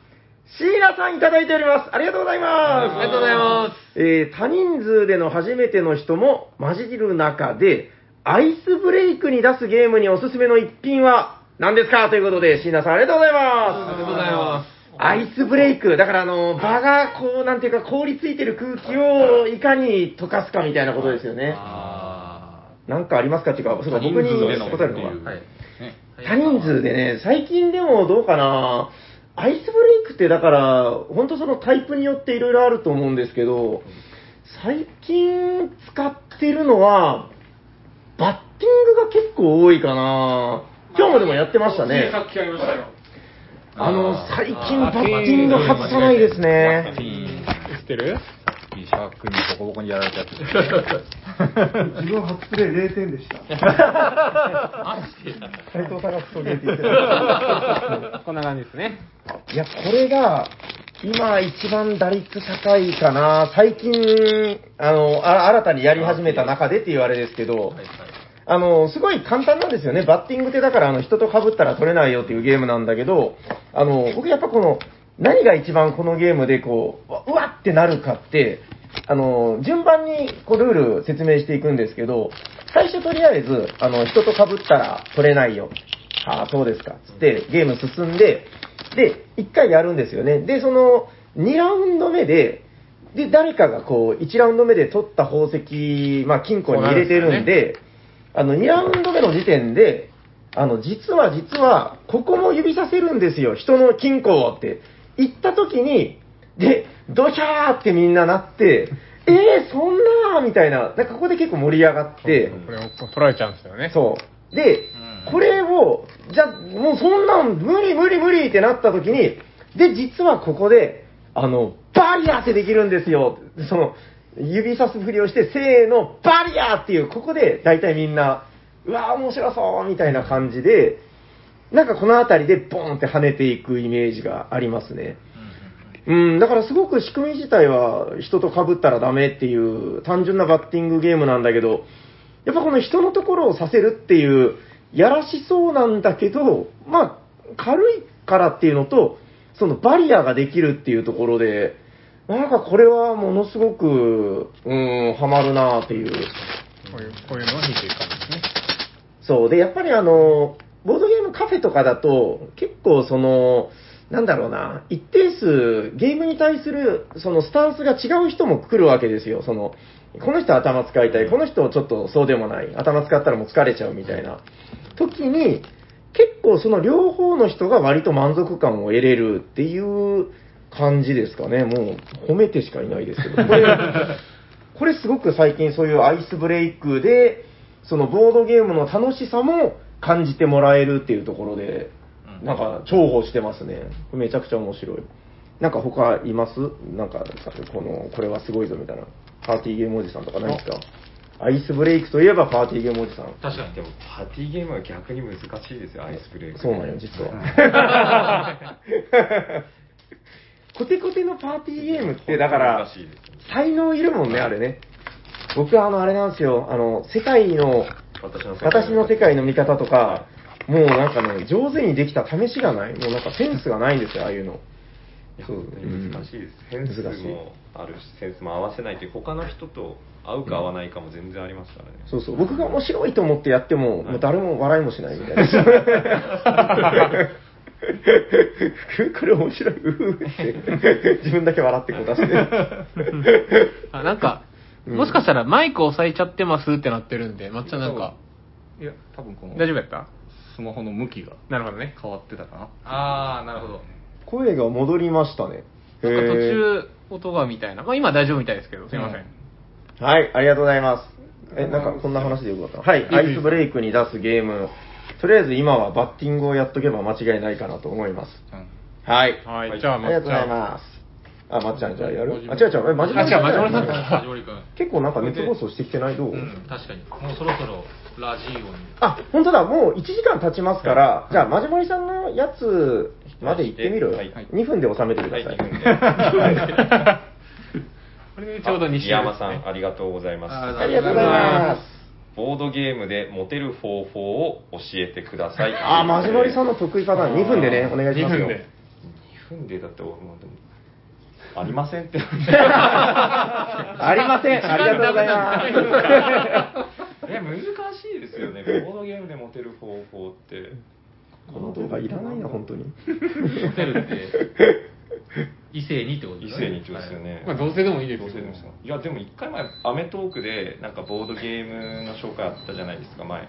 Speaker 2: 椎名さんいただいております。ありがとうございます。。
Speaker 3: ありがとうございます
Speaker 2: えー、多人数での初めての人も混じる中で、アイスブレイクに出すゲームにおすすめの一品は何ですかということで、椎名さんありがとうございます。ありがとうございます。アイスブレイク。だから、あの、場が、こう、なんていうか、凍りついてる空気をいかに溶かすかみたいなことですよね。
Speaker 1: あ
Speaker 2: なんかありますかっていうか、そうか、僕に答えるのは。
Speaker 1: ーはい。
Speaker 2: 多人数でね、最近でもどうかな、アイスブレイクってだから、本当そのタイプによっていろいろあると思うんですけど、最近使ってるのは、バッティングが結構多いかな。今日もでもやってましたね。
Speaker 3: さっきやりましたよ。
Speaker 2: あの、最近バッティング外さないですね。
Speaker 3: 知ってる
Speaker 6: シャークにボコボコにやられたやつ。
Speaker 5: 自分初プレイ0点でした。
Speaker 2: 斉藤隆史とゲーティーって
Speaker 3: こんな感じですね。
Speaker 2: いや、これが、今一番打率高いかな。最近、あの、あ新たにやり始めた中でっていうあれですけど、あの、すごい簡単なんですよね。バッティングってだから、あの、人と被ったら取れないよっていうゲームなんだけど、あの、僕やっぱこの、何が一番このゲームでこう、うわうわってなるかって、あの、順番にこうルール説明していくんですけど、最初とりあえず、あの、人と被ったら取れないよ。ああ、そうですか。つって、ゲーム進んで、で、一回やるんですよね。で、その、2ラウンド目で、で、誰かがこう、1ラウンド目で取った宝石、まあ、金庫に入れてるんで、あの、2ラウンド目の時点で、あの、実は実は、ここも指させるんですよ、人の金庫をって言った時に、で、ドヒャーってみんななって、えー、そんなーみたいな、なんかここで結構盛り上がって、
Speaker 3: これを取られちゃうんですよね。
Speaker 2: そう。で、これを、じゃ、もうそんなん無理無理無理ってなった時に、で、実はここで、あの、バリアーってできるんですよ。その、指さすふりをして、せーの、バリアーっていう、ここで大体みんな、うわー面白そうみたいな感じで、なんかこの辺りでボーンって跳ねていくイメージがありますね。うん、だからすごく仕組み自体は人と被ったらダメっていう単純なバッティングゲームなんだけど、やっぱこの人のところをさせるっていう、やらしそうなんだけど、まあ、軽いからっていうのと、そのバリアができるっていうところで、なんかこれはものすごく、うん、ハマるなっていう。
Speaker 3: こういう、こういうのが引いていく感じですね。
Speaker 2: そう。で、やっぱりあの、ボードゲームカフェとかだと、結構その、なんだろうな、一定数、ゲームに対する、そのスタンスが違う人も来るわけですよ。その、この人頭使いたい、この人ちょっとそうでもない、頭使ったらもう疲れちゃうみたいな、時に、結構その両方の人が割と満足感を得れるっていう感じですかね。もう、褒めてしかいないですけど。これこれすごく最近そういうアイスブレイクで、そのボードゲームの楽しさも感じてもらえるっていうところで、
Speaker 1: うん
Speaker 2: なんか重宝してますね。これめちゃくちゃ面白い。なんか他いますなんか、この、これはすごいぞみたいな。パーティーゲームおじさんとかないですかアイスブレイクといえばパーティーゲームおじさん。
Speaker 1: 確かに。
Speaker 6: でも、パーティーゲームは逆に難しいですよ、アイスブレイク。
Speaker 2: そうなんよ、実は。 <laughs> コテコテのパーティーゲームって、だから
Speaker 6: 難しいですよ、
Speaker 2: 才能いるもんね、あれね。僕はあの、あれなんですよ、あの、世界の、
Speaker 6: 私の世界
Speaker 2: 私の世界の見方とか、もうなんかね、上手にできた試しがない。もうなんかセンスがないんですよ、ああいうの。
Speaker 6: いや
Speaker 2: そう
Speaker 6: 本当に難しいです。セ
Speaker 2: うん
Speaker 6: ンス
Speaker 2: 難しい
Speaker 6: もあるし、センスも合わせないという、他の人と合うか合わないかも全然ありますからね。
Speaker 2: そうそう、僕が面白いと思ってやっても、もう誰も笑いもしないみたいな。 <laughs> これ面白い、うふって。自分だけ笑ってこう出して。
Speaker 3: あ、なんか、
Speaker 2: うん
Speaker 3: もしかしたらマイク押さえちゃってますってなってるんで、まっちゃんなんか、
Speaker 1: いや、多分この、
Speaker 3: 大丈夫やった
Speaker 1: スマホの向きが
Speaker 3: なるほどね。
Speaker 1: 変わってたかな。
Speaker 3: あー、なるほど。
Speaker 2: 声が戻りましたね。
Speaker 3: なんか途
Speaker 2: へ
Speaker 3: 中、音がみたいな。まあ今大丈夫みたいですけど、すいません。
Speaker 2: ーはい、ありがとうございます。え、なんかこんな話でよかった。はい、アイスブレイクに出すゲーム。とりあえず今はバッティングをやっとけば間違いないかなと思います。
Speaker 1: うん
Speaker 2: はい。
Speaker 3: はい、
Speaker 6: はい
Speaker 3: じゃ
Speaker 2: あ
Speaker 3: あ、
Speaker 2: り
Speaker 3: ま
Speaker 2: が
Speaker 3: っち
Speaker 2: と
Speaker 3: ゃ
Speaker 2: うござい
Speaker 3: ん。
Speaker 2: ます。あ、まっちゃんじゃあやるあ、違う違う、え、まじま
Speaker 3: あ違うマジモリさん
Speaker 7: 梶織君。
Speaker 2: 結構なんか熱暴走してきてないどう、
Speaker 7: うん、確かに。もうそろそろラジオに。
Speaker 2: あ、本当だ、もう1時間経ちますから、じゃあ、まじもりさんのやつまで行ってみろよ。
Speaker 6: はいはい
Speaker 2: 2分で収めてください。
Speaker 6: はい
Speaker 3: これでちょうど2周
Speaker 6: 西山さん、ありがとうございます。
Speaker 2: ありがとうございます。
Speaker 6: ボードゲームでモテる方法を教えてください。
Speaker 2: <laughs> あ、まじもりさんの得意パターン、2分でね、お願いしますよ。
Speaker 3: 2分で
Speaker 6: フンデーだって、もうでもありませ
Speaker 2: <laughs>
Speaker 6: んって。
Speaker 2: ありません。ありがとうござい
Speaker 3: <laughs>
Speaker 2: ま
Speaker 6: え難しいですよね、ボードゲームでモテる方法っ
Speaker 2: す。
Speaker 6: て。
Speaker 2: この動画いらないな、本当に。
Speaker 1: モテるって、異性にってこと
Speaker 6: 異
Speaker 1: です
Speaker 6: 性にってことですよね。
Speaker 3: まあ、同性でもいいですよ
Speaker 6: 同性でもいいですよいや、でも一回前、アメトークで、なんかボードゲームの紹介あったじゃないですか、前。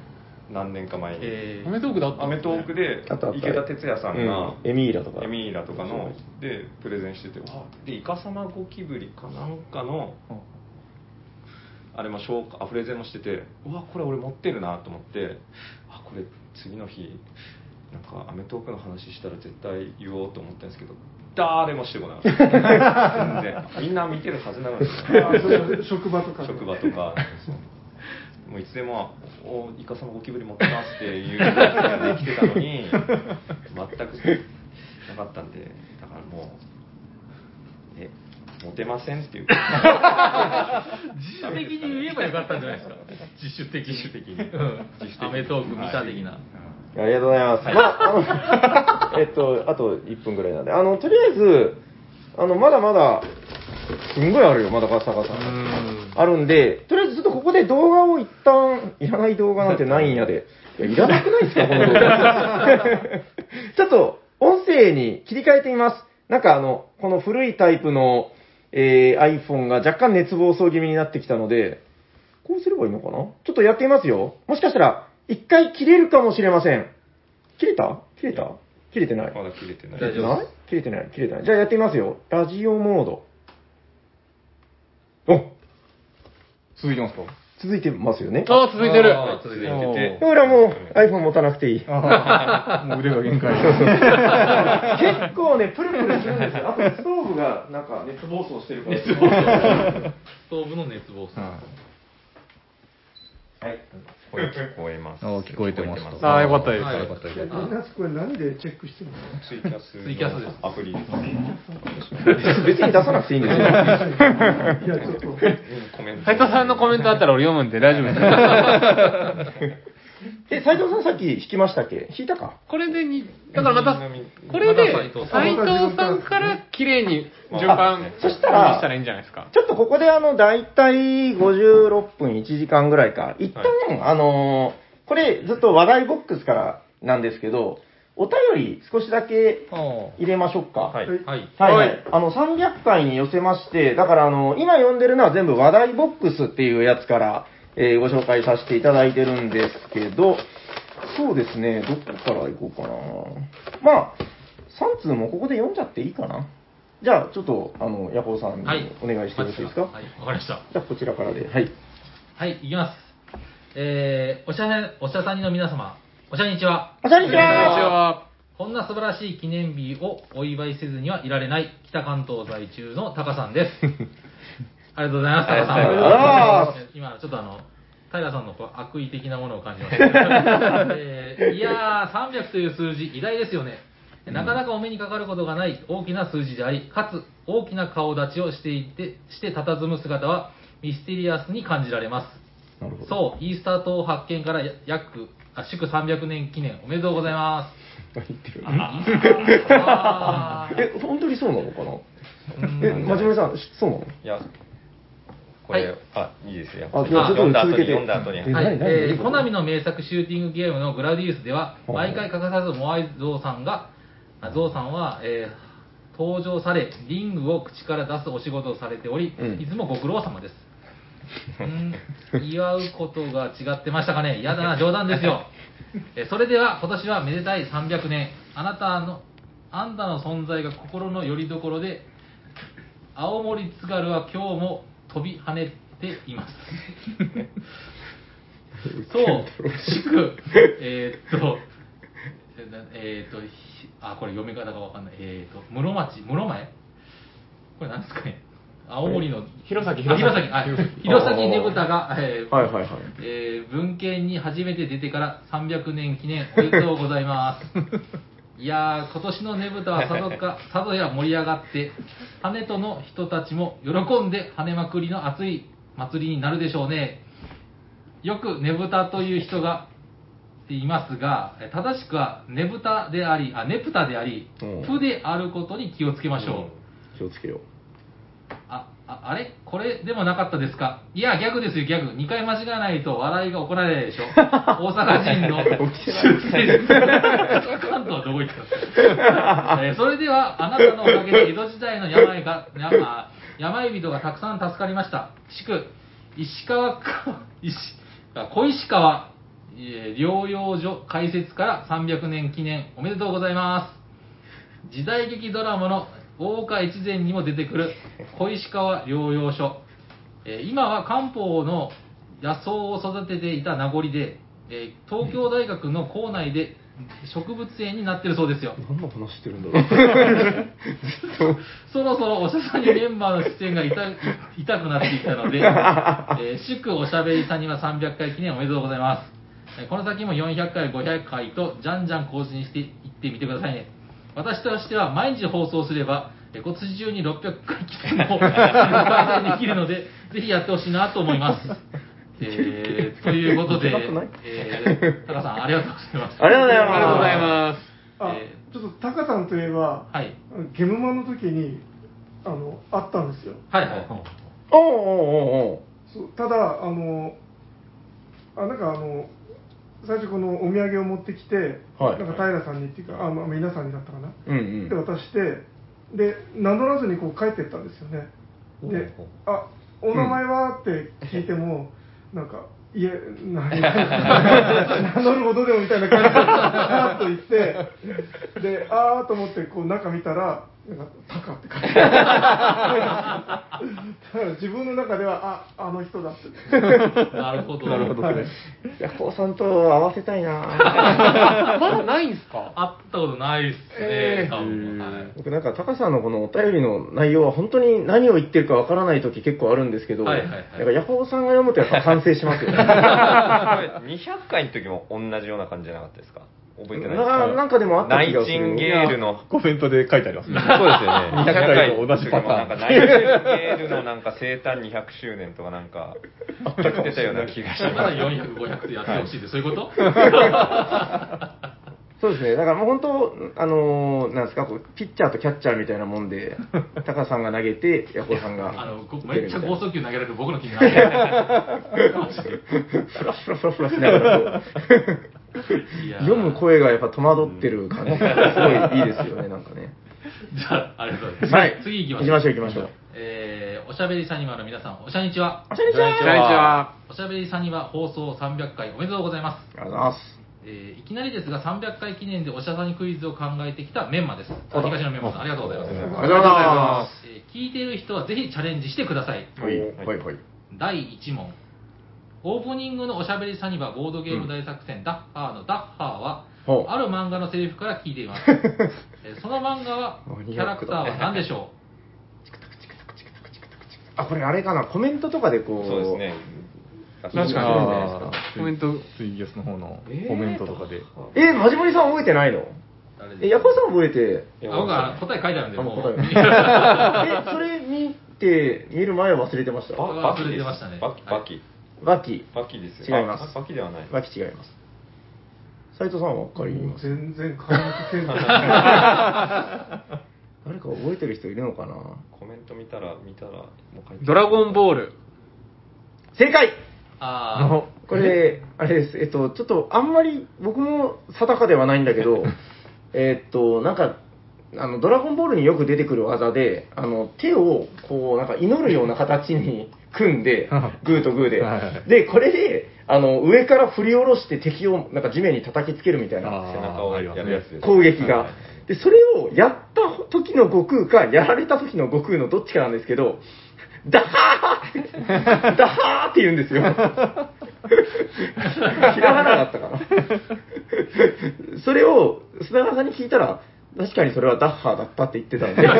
Speaker 6: 何年か前に。
Speaker 1: え
Speaker 3: アメトークだった
Speaker 6: アメトークで
Speaker 2: あとあと
Speaker 6: 池田哲也さんが、
Speaker 2: うんエミーラとか
Speaker 6: エミーラとかのでプレゼンしててわあでイカサマゴキブリかなんかのあれも紹介あプレゼンもしててうわこれ俺持ってるなと思ってあこれ次の日なんかアメトークの話したら絶対言おうと思ったんですけど誰もしてこなかった全然みんな見てるはずなのに
Speaker 5: ああそう職場とか
Speaker 6: 職場
Speaker 5: <laughs>
Speaker 6: とかもういつでも「おイカさんゴキブリ持ってます」っていう人ができてたのに全くなかったんでだからもう「えモテません」っていう
Speaker 1: 自主的に言えばよかったんじゃないですか。自主的に。
Speaker 6: 自主的に
Speaker 1: うん。アメトーク見た的な。
Speaker 2: ありがとうございます。まあ、あ
Speaker 6: <laughs>
Speaker 2: の、えっと、あと1分ぐらいなんで、あの、とりあえず、あの、まだまだ、すんごいあるよ、まだガサガサ。あるんで、とりあえずちょっとここで動画を一旦、いらない動画なんてないんやで。いや、いらなくないですか、この動 <laughs> 画。ちょっと、音声に切り替えてみます。なんかあの、この古いタイプの、えー iPhone が若干熱暴走気味になってきたので、こうすればいいのかなちょっとやってみますよ。もしかしたら、一回切れるかもしれません。切れた切れた切れてない。
Speaker 6: まだ切れてない
Speaker 1: 大丈夫です
Speaker 2: 切れてない切れてない。じゃあやってみますよ。ラジオモード。お
Speaker 4: 続いてますか
Speaker 2: 続いてますよね。
Speaker 3: ああ、続いてる。
Speaker 1: あー続いてる
Speaker 2: だからもう iPhone 持たなくていい。結
Speaker 4: もう腕が限界。
Speaker 2: 構ね、プルプルするんですよ。あとストーブがなんか熱暴走してるから。
Speaker 1: <laughs> ストーブの熱暴走。
Speaker 6: はい声聞こえます
Speaker 7: あ聞こえてます
Speaker 6: 聞こ
Speaker 3: ああ、よかったです。
Speaker 1: はい。
Speaker 7: かった
Speaker 5: みんなこれ何でチェックしてるの
Speaker 6: ツイキャスの
Speaker 1: ツイキャスです
Speaker 6: アプリです
Speaker 2: 別に出さなくていいんですよ。
Speaker 6: <laughs>
Speaker 5: いやちょっと
Speaker 6: コメント
Speaker 3: 斉藤さんのコメントあったら俺読むんで大丈夫です。
Speaker 2: え、斉藤さんさっき弾きましたっけ弾いたか
Speaker 3: これでに、だからまた、これ
Speaker 1: また斉
Speaker 3: で
Speaker 1: 藤、さん
Speaker 3: 斉藤さんから綺麗に順番、
Speaker 6: そ
Speaker 2: したら
Speaker 3: したらいいんじゃないですか。
Speaker 2: ちょっとここであの、だいたい56分1時間ぐらいか。一旦、あのーこれずっと話題ボックスからなんですけど、お便り少しだけ入れましょうか。
Speaker 6: はい
Speaker 1: はい。
Speaker 2: はい、はい。あの、300回に寄せまして、だからあの、今読んでるのは全部話題ボックスっていうやつから、えーご紹介させていただいてるんですけど、そうですね、どこから行こうかな。まあ、3通もここで読んじゃっていいかな。じゃあ、ちょっと、あの、ヤコウさんに
Speaker 1: はい
Speaker 2: お願いしてよろしいですか。
Speaker 1: はい。わかりました。
Speaker 2: じゃあ、こちらからで。はい。
Speaker 1: はい、いきます。えー、おしゃれ、おしゃさんにの皆様、おしゃにちは。
Speaker 2: おしゃれにち
Speaker 3: 私
Speaker 2: は
Speaker 3: は、
Speaker 1: こんな素晴らしい記念日をお祝いせずにはいられない北関東在住のタカさんです。ありがとうございます、タカさん。
Speaker 2: ありがとうござい
Speaker 1: 今ちょっとあの、タイラさんのこう悪意的なものを感じました。えーいやー、300という数字、偉大ですよね。なかなかお目にかかることがない大きな数字であり、かつ大きな顔立ちをしていて、して佇む姿はミステリアスに感じられます。
Speaker 2: なるほど。
Speaker 1: そう、イースター島発見からや約、あ祝300年記念おめでとうござい <laughs> ます。
Speaker 2: 何言ってる
Speaker 1: あー
Speaker 2: え、本当にそうなのかな
Speaker 1: うん
Speaker 2: え、真面目さん、そうなの
Speaker 6: いやこれ、
Speaker 1: はい
Speaker 6: あいいですよ
Speaker 2: あ
Speaker 1: じゃあち
Speaker 6: 読
Speaker 2: ょっと
Speaker 6: んだ後に
Speaker 2: 続けて
Speaker 6: 読んだ後に
Speaker 2: え
Speaker 1: はいえ
Speaker 2: 何何どういう
Speaker 1: ー
Speaker 2: こ
Speaker 1: コ
Speaker 2: と
Speaker 1: ナミの名作シューティングゲームのグラディウスでは、毎回欠かさずモアイゾウさんが、あゾウさんは、えー登場され、リングを口から出すお仕事をされており、
Speaker 2: うん
Speaker 1: いつもご苦労様
Speaker 2: <laughs>
Speaker 1: です。うーん祝うことが違ってましたかね、嫌だ
Speaker 2: <laughs>
Speaker 1: な、冗談ですよ。えそれでは、今年はめでたい300年、あなたの、あんたの存在が心の拠り所で、青森津軽は今日も飛び跳ねてい
Speaker 2: <laughs>
Speaker 1: ます。そう、祝、えーっと、えーなえーっと、ひあ、これ読み方がわかんない。えーっと、室町、室前これなんですかね。青森の、
Speaker 3: 弘前、
Speaker 1: あ弘前、はい弘前ねぶたが、えー
Speaker 2: はいはいはい。
Speaker 1: えー文献に初めて出てから300年記念おめでとうございます。いやー、今年のねぶたはさぞか、さぞや盛り上がって、羽との人たちも喜んで跳ねまくりの熱い祭りになるでしょうね。よくねぶたという人が、ってっていますが、え正しくはねぶたであり、あ、ねぷたであり
Speaker 2: うん、
Speaker 1: ふであることに気をつけましょう。
Speaker 2: 気をつけよう。
Speaker 1: あ、ああれこれでもなかったですかいや、ギャグですよ、ギャグ。2回間違えないと笑いが起こらないで
Speaker 2: <laughs>
Speaker 1: しょ。大阪人の出世です。 <laughs> 関東はどこ行ったんですか、えーそれでは、あなたのおかげで江戸時代の病が、やあ病人がたくさん助かりました。祝、石川か、 <laughs> 石、あ小石川、えー療養所開設から300年記念おめでとうございます。時代劇ドラマの大岡越前にも出てくる小石川療養所、えー今は漢方の野草を育てていた名残で、えー東京大学の校内で植物園になってるそうですよ
Speaker 2: 何の話してるんだろう。
Speaker 1: そろそろおしゃさんにメンバーの出演が痛痛くなってきたので、えー祝おしゃべりさんには300回記念おめでとうございます。えーこの先も400回、500回と、じゃんじゃん更新していってみてくださいね。私としては毎日放送すれば、えー今年中に600回記念を開催できるので、ぜひやってほしいなと思います。えーということで、えー、タカさんありがとうございます。
Speaker 2: ありがとうございます。
Speaker 3: ありがとうございます。
Speaker 5: あ
Speaker 1: え
Speaker 5: ちょっとタカさんといえば、
Speaker 1: はい。
Speaker 5: ゲムマの時にあの会ったんですよ
Speaker 1: はいはい。
Speaker 2: おうおうおうおう
Speaker 5: そうただあのあなんかあの最初このお土産を持ってきて、
Speaker 2: はい
Speaker 5: なんか平さんにっていうかあの皆さんにだったかな、
Speaker 2: うん
Speaker 5: で渡してで名乗らずにこう帰ってったんですよねで「あお名前は?」って聞いても、なんか「いえ何名乗るほどでも」みたいな感じでさーっと言ってでああと思ってこう中見たら「なんかタカ」って書いてあるだから自分の中では「ああの人だ」って
Speaker 1: なるほど。
Speaker 4: なるほどね。
Speaker 2: うん。ヤコウさんと合わせたいな
Speaker 3: まだないんすか
Speaker 1: 会ったことないですね、
Speaker 3: えー
Speaker 1: 多分はい
Speaker 2: 僕なんか、タカさんのこのお便りの内容は本当に何を言ってるかわからない時結構あるんですけど、
Speaker 1: はいはいはい
Speaker 2: なんかヤコウさんが読むとやっぱ完成しますよね。
Speaker 6: 200回の時も同じような感じじゃなかったですか覚えてないです
Speaker 2: ななんかでもあった
Speaker 6: ナイ
Speaker 2: 気がす
Speaker 6: チ
Speaker 2: る。
Speaker 6: ンゲールの
Speaker 4: <laughs> コメントで書いてあります。
Speaker 6: そうですよね。
Speaker 4: 200回と同じパターン
Speaker 6: なんか、ナイチンゲールのなんか生誕200周年とかなんか、言ってたような気がし
Speaker 1: だか
Speaker 6: ま
Speaker 1: ら <laughs>
Speaker 6: す。
Speaker 1: 400、500でやってほしいって、そういうこと
Speaker 2: そうですね。だからもう本当、あのーなんですか、こうピッチャーとキャッチャーみたいなもんで、タカさんが投げて、ヤコウさんが。
Speaker 1: あのこめっちゃ高
Speaker 2: フ
Speaker 1: 速球投げられる僕の気になる。マジで
Speaker 2: ラフラフラフラしながらこう
Speaker 1: いやー
Speaker 2: <laughs> 読む声がやっぱ戸惑ってる感じがすごいいいですよね、なんかね。
Speaker 1: じゃあ、ありがとうございます。
Speaker 2: はい。
Speaker 1: 次行
Speaker 2: 行
Speaker 1: き
Speaker 2: き
Speaker 1: ま
Speaker 2: ま
Speaker 1: し
Speaker 2: し
Speaker 1: ょ
Speaker 2: ょ
Speaker 1: う。
Speaker 2: う、行きましょう。
Speaker 1: えーおしゃべりサニバの皆さん、おしゃにちは。
Speaker 2: あ、こんにちは。
Speaker 3: こんにちは。
Speaker 1: おしゃべりサニバ放送300回おめでとうございます。
Speaker 2: ありがとうございます。
Speaker 1: えーいきなりですが、300回記念でおしゃさにクイズを考えてきたメンマです。あ東のメンマさん、ありがとうございます。
Speaker 2: ありがとうございま
Speaker 1: えー聞いている人はぜひチャレンジしてください。
Speaker 2: す。はい、はい、はい。
Speaker 1: 第1問オープニングのおしゃべりサニバボードゲーム大作戦、ダッハーのダッハーは
Speaker 2: ほう
Speaker 1: ある漫画のセリフから聞いてい
Speaker 2: <laughs>
Speaker 1: ますえーその漫画は
Speaker 2: マ
Speaker 1: キ
Speaker 2: ニ
Speaker 1: ャ
Speaker 2: ア
Speaker 1: ラ
Speaker 2: ック
Speaker 1: ク
Speaker 2: だ
Speaker 1: ターは何でしょ
Speaker 2: <laughs> あ、これあれかな、コメントとかでこう。
Speaker 6: そうですね。
Speaker 2: 確かに
Speaker 4: あー
Speaker 3: コメント
Speaker 4: ツイキャスの方のコメントとかで。
Speaker 2: え、マジモリさん覚えてないのえ、ヤコさん覚えて。
Speaker 1: うあ僕は答え書いてあるんでもう
Speaker 2: あもう答え
Speaker 1: <laughs>
Speaker 2: え、それ見て、見る前忘れてました。
Speaker 1: ば
Speaker 6: バ
Speaker 1: 忘れ
Speaker 6: キで
Speaker 1: て
Speaker 6: す
Speaker 1: ましたね
Speaker 6: バキ、バキ。
Speaker 2: バキ。
Speaker 6: バキですよ。
Speaker 2: 違います
Speaker 6: あバキではない。
Speaker 2: バキ違います。斉藤さんは分かり
Speaker 5: もう
Speaker 2: ます。
Speaker 5: 全然感じてない
Speaker 2: 誰か覚えてる人いるのかな
Speaker 6: コメント見たら、見たら、もう書いて
Speaker 3: ドラゴンボール。
Speaker 2: 正解
Speaker 1: あー
Speaker 2: これ、あれです。えっと、ちょっとあんまり僕も定かではないんだけ
Speaker 4: <laughs>
Speaker 2: ど、えっと、なんか、あの、ドラゴンボールによく出てくる技で、あの、手を、こう、なんか祈るような形に <laughs> 組ん
Speaker 4: <laughs>
Speaker 2: で、グーとグーで
Speaker 4: はいはい。
Speaker 2: で、これで、あの、上から振り下ろして敵を、なんか地面に叩きつけるみたいな。
Speaker 6: 背中をやるやつです。
Speaker 2: 攻撃が。で、それをやった時の悟空か、やられた時の悟空のどっちかなんですけど、ダハーダハーって言うんですよ。ひ <laughs> らがなだったかな。それを砂川さんに聞いたら、確かにそれはダッハーだったって言ってたんで、 <laughs>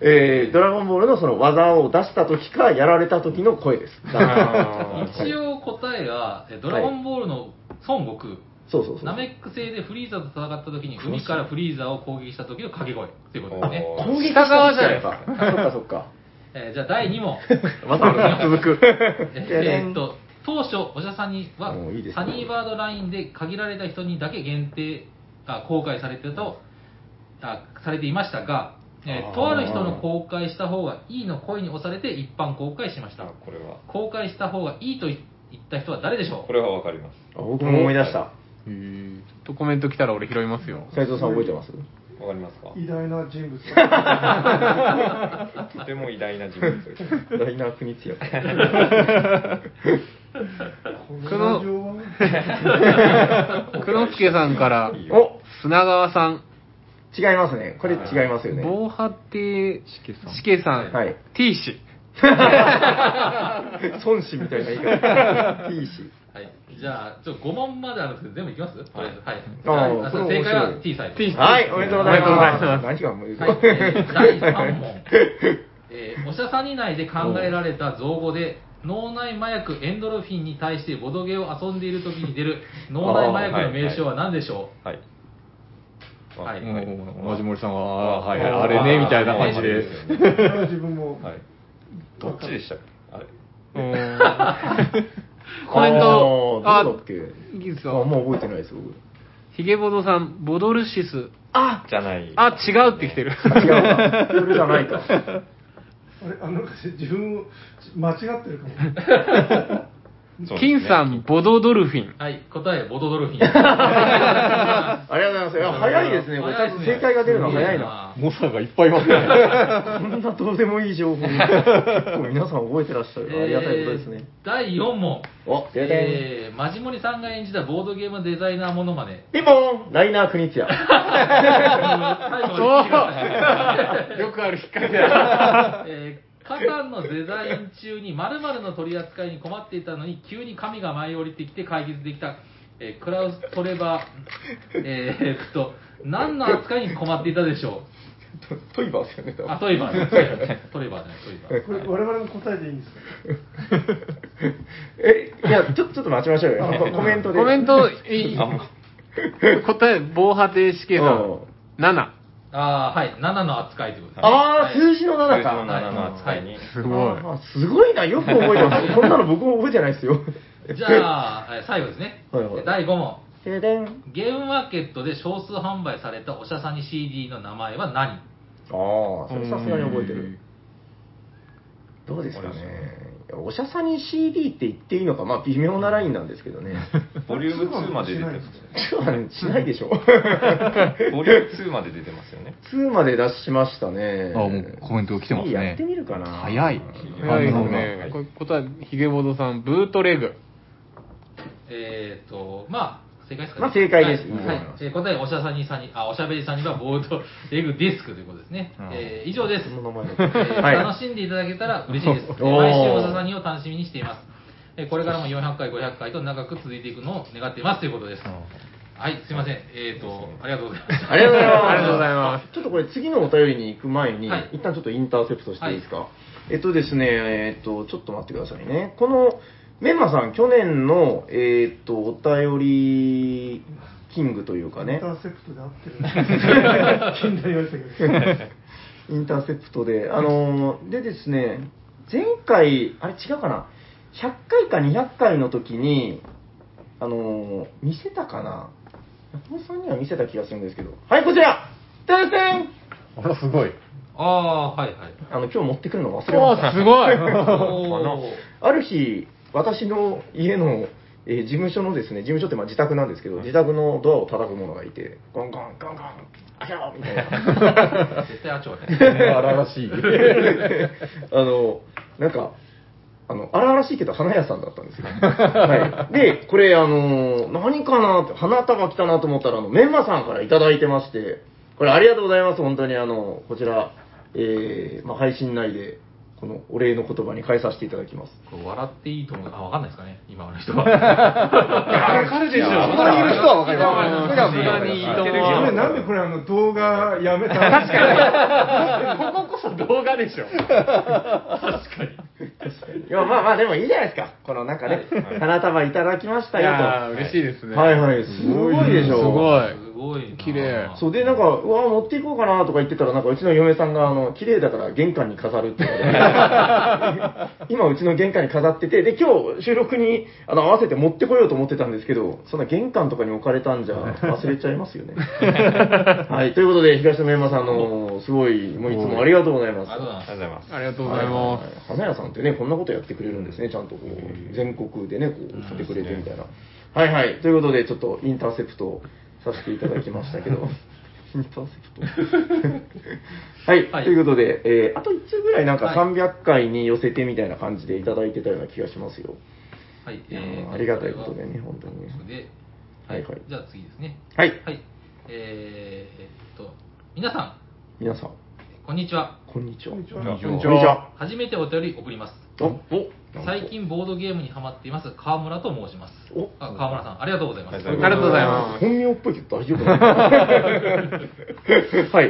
Speaker 2: えードラゴンボールのその技を出した時か、やられた時の声です。ダッハー
Speaker 1: <laughs> 一応答えはえドラゴンボールの孫悟空、
Speaker 2: そうそうそう。
Speaker 1: ナメック星でフリーザと戦った時に海からフリーザを攻撃した時の掛け声ということですね、
Speaker 2: 攻撃した側じゃないですか。そっかそっか。 <laughs>
Speaker 1: えーじゃあ第2問 <laughs>
Speaker 2: また続く。
Speaker 1: えーっと、当初、お医者さんには
Speaker 2: もういいです
Speaker 1: サ
Speaker 2: ね
Speaker 1: ニーバードラインで限られた人にだけ限定、あ公開されてたと、あされていましたが、えー
Speaker 2: あー
Speaker 1: とある人の公開した方がいいの声に押されて一般公開しました。
Speaker 6: これは
Speaker 1: 公開した方がいいと言った人は誰でしょ
Speaker 6: これはわかります
Speaker 2: あ僕も思い出した。
Speaker 3: えーちょっとコメント来たら俺拾いますよ。
Speaker 2: 斉藤さん覚えてます
Speaker 6: わかりますか
Speaker 5: 偉大な人物だ
Speaker 6: とても偉大な人物です
Speaker 2: ライナー国津也さん。
Speaker 5: このラジオは
Speaker 3: 黒助さんから、
Speaker 2: お
Speaker 3: 砂川さん、
Speaker 2: 違いますね。これ違いますよね。
Speaker 3: 防波堤し
Speaker 6: けさん
Speaker 3: けさん、
Speaker 2: はい
Speaker 3: T 氏。
Speaker 2: 孫子みたいな言い <laughs> 方。いいし。
Speaker 1: うはい。じゃあ、ちょっと5問まであるんですけど、全部いきますとりあえず。はい。じ
Speaker 2: あ
Speaker 1: ゃ
Speaker 2: ー
Speaker 1: ああ
Speaker 2: それ面白い
Speaker 1: 正解は T サイズ。
Speaker 2: はい、おめでとうございます。何がもう言う
Speaker 1: はい、えー第3問。えーおしゃさんに内で考えられた造語で、脳内麻薬エンドルフィンに対してボドゲを遊んでいる時に出る脳内麻薬の名称は何でしょ
Speaker 6: はい
Speaker 1: はい
Speaker 6: あ
Speaker 3: マジモリさんが、あーはい、
Speaker 6: あー
Speaker 3: あれね、みたいな感じで。
Speaker 6: そうですよね
Speaker 5: 自分も
Speaker 6: はいどっちでしたっけあれ
Speaker 3: うーんコメント、
Speaker 2: あーどうだっけ
Speaker 3: いいです
Speaker 2: あ、
Speaker 3: よ。
Speaker 2: もう覚えてないです、僕。
Speaker 3: ヒゲボドさん、ボドルシス。
Speaker 6: じゃない
Speaker 3: あ、違うって来てる。
Speaker 2: あ違うか。それじゃないか。
Speaker 5: あれあの自分も間違ってるかも
Speaker 6: そうですね
Speaker 3: 金さん、ボドドルフィン
Speaker 1: う。はい、答え、ボドドルフィン。早
Speaker 2: ありがとうございます。いや早いですね。これちゃんと正解が出るのは早いな。
Speaker 1: な。
Speaker 3: モサがいっぱいいますね。
Speaker 2: こんなどうでもいい情報、結構皆さん覚えてらっしゃる。ありがたいことですね。
Speaker 1: えー第4問。
Speaker 2: お、出たね。
Speaker 1: えー、マジモリさんが演じたボードゲームデザイナーものまね。
Speaker 2: ピンポンライナー国津也。
Speaker 1: 最後まで聞いてください
Speaker 3: よくある引っ掛けだ。
Speaker 1: <laughs> えーカタンのデザイン中に〇〇の取り扱いに困っていたのに急に神が舞い降りてきて解決できた、えークラウス・トレバー、えーえーっと、何の扱いに困っていたでしょ
Speaker 2: トイバーですよね、多
Speaker 1: う
Speaker 2: 分
Speaker 1: あ、トレバーね、トレバーねトレバーね、トレ
Speaker 5: これ我々も答えていいんですか
Speaker 2: <laughs> え、いや、ちょちょっと待ちましょうよ。コメントで。
Speaker 3: コメント、いい答え、防波堤しけさん
Speaker 2: う、
Speaker 3: 7。
Speaker 1: バー。あーはい、7の扱いということですね。
Speaker 2: あー、数字の7
Speaker 6: 7
Speaker 2: か。
Speaker 6: の7の扱いに
Speaker 3: すごい。
Speaker 2: あーすごいな、よく覚えて <laughs> ます。こんなの僕も覚えてないですよ。
Speaker 1: じゃあ、えー最後ですね。
Speaker 2: はいはい
Speaker 1: 第5問。
Speaker 2: 停電。
Speaker 1: ゲームマーケットで少数販売されたおしゃさに CD の名前は何
Speaker 2: ああ、それさすがに覚えてる。どうですかね。いやおしゃさに CD って言っていいのか、まあ微妙なラインなんですけどね。
Speaker 6: ボリューム2まで出てます
Speaker 2: 2はねしないで <laughs> しょ。
Speaker 6: ボリューム2まで出てますよね
Speaker 2: 2まで出しましたね。
Speaker 8: あもうコメント来てますね
Speaker 2: やってみるかな。
Speaker 8: 早い。
Speaker 3: はい、
Speaker 8: 反応が
Speaker 3: ね。これ答え、ヒゲボドさん、ブートレグ。
Speaker 1: えーっと、まあ、正解ですかね。
Speaker 2: まあ正解です
Speaker 1: はい
Speaker 2: い
Speaker 1: はい
Speaker 2: と思います
Speaker 1: えー答え、おしゃさにさんに、あ、おしゃべりさんにはボード <laughs> レグディスクということですね。えー以上です。
Speaker 2: その名前だ
Speaker 1: え
Speaker 2: った
Speaker 1: ー
Speaker 2: はい
Speaker 1: 楽しんでいただけたら嬉し
Speaker 2: <laughs>
Speaker 1: いです。えー
Speaker 2: おー
Speaker 1: 毎週おしゃさにを楽しみにしています。えーこれからも400回、500回と長く続いていくのを願っていますということです。はい、すいません。えーっと、ありがとうございました。
Speaker 2: ありがとうございます。
Speaker 3: ありがとうございま
Speaker 2: ちょっとこれ次のお便りに行く前に、
Speaker 1: はい
Speaker 2: 一旦ちょっとインターセプトしていいですか。えっとですね、えっと、ちょっと待ってくださいね。この、メンマさん、去年の、えっと、お便りキングというか
Speaker 5: イン
Speaker 2: ね
Speaker 5: タ、ーセプトで合ってる近代言われたけど
Speaker 2: インターセプトで、あのー、でですね、前回、あれ違うかな、100回か200回の時に、あのー、見せたかな、中尾さんには見せた気がするんですけど、はい、こちら、てんてん
Speaker 3: あら、すごい。
Speaker 1: ああー、はいはい。
Speaker 2: <laughs> あの、今日持ってくるの忘れま
Speaker 3: お
Speaker 2: した
Speaker 3: ー、。
Speaker 2: <laughs>
Speaker 3: すごい。
Speaker 1: おー
Speaker 2: ある日、私の家の、えー事務所のですね、事務所ってまあ自宅なんですけど、自宅のドアを叩く者がいて、ゴンゴン、ゴンゴン、開けろみたいな。
Speaker 1: 絶対あっちょうね。
Speaker 3: 荒々しい。
Speaker 2: <laughs> あの、なんか、あの、荒々しいけど花屋さんだったんですよ。はい。で、これ、あの、何かなって、花束来たなと思ったら、あの、メンマさんからいただいてまして、これありがとうございます、本当に、あの、こちら、えー、まあ、配信内で、このお礼の言葉に変えさせていただきます。
Speaker 1: これ笑っていいと思う。あ、わかんないですかね。今の人
Speaker 2: <laughs>
Speaker 1: は。
Speaker 3: わかるでしょ。
Speaker 2: わかる人はわかります
Speaker 3: さすがにいいと
Speaker 5: こ
Speaker 3: 思
Speaker 5: れ
Speaker 3: う。
Speaker 5: なんでこれあの動画やめた確か
Speaker 3: こここそ動画でしょ。
Speaker 2: いや、まあまあ、でもいいじゃないですか。このなんかね、花束いただきました
Speaker 3: い
Speaker 2: よ
Speaker 3: やー
Speaker 2: と。
Speaker 3: 嬉しいですね。
Speaker 2: はいはい、すごいでしょ。
Speaker 3: すごい。
Speaker 1: すごいね。
Speaker 3: 綺麗
Speaker 9: あー
Speaker 2: そうで、なんか、うわ、持っていこうかなとか言ってたら、なんかうちの嫁さんが、あの、綺麗だから玄関に飾るって言わ
Speaker 1: <laughs>
Speaker 2: れて今うちの玄関に飾ってて、で、今日収録にあの合わせて持ってこようと思ってたんですけど、そんな玄関とかに置かれたんじゃ忘れちゃいますよね。はい、ということで、東野山さん、あの、すごい、もういつもありがとうございます。
Speaker 1: ありがとうございます
Speaker 6: ありがとうご
Speaker 3: ありがとうござ
Speaker 6: ざいます。
Speaker 3: います。
Speaker 2: す。花屋さんってね、こんなことやってくれるんですね、ちゃんとこう、全国でね、こう、してくれてみたいな。はいはい。ということで、ちょっとインターセプトさせていただきましたけど。 <laughs> インターセ <laughs> プトはい、
Speaker 1: はい
Speaker 2: ということで、えーあと1通ぐらいなんか
Speaker 1: はい
Speaker 2: 300回に寄せてみたいな感じでいただいてたような気がしますよ。
Speaker 1: はい、
Speaker 2: いやーありがたいことでね本当にね
Speaker 1: で、
Speaker 2: はいはい
Speaker 1: じゃあ次ですね。
Speaker 2: はい。
Speaker 1: はい。えー、っと、皆さ
Speaker 2: 皆さん、
Speaker 1: ん、こんにちは。
Speaker 2: こんにちは。こんにちは。
Speaker 6: こんにち
Speaker 2: こ
Speaker 6: は
Speaker 2: んにちは。
Speaker 1: 初めてお便り送ります。
Speaker 2: おお
Speaker 1: 最近ボードゲームにハマっています、川村と申します。
Speaker 2: お
Speaker 1: あ川村さん、ありがとうございます。
Speaker 6: あり
Speaker 3: ありがとうございま
Speaker 2: 本名っぽいけど大丈夫 <laughs> なのはい。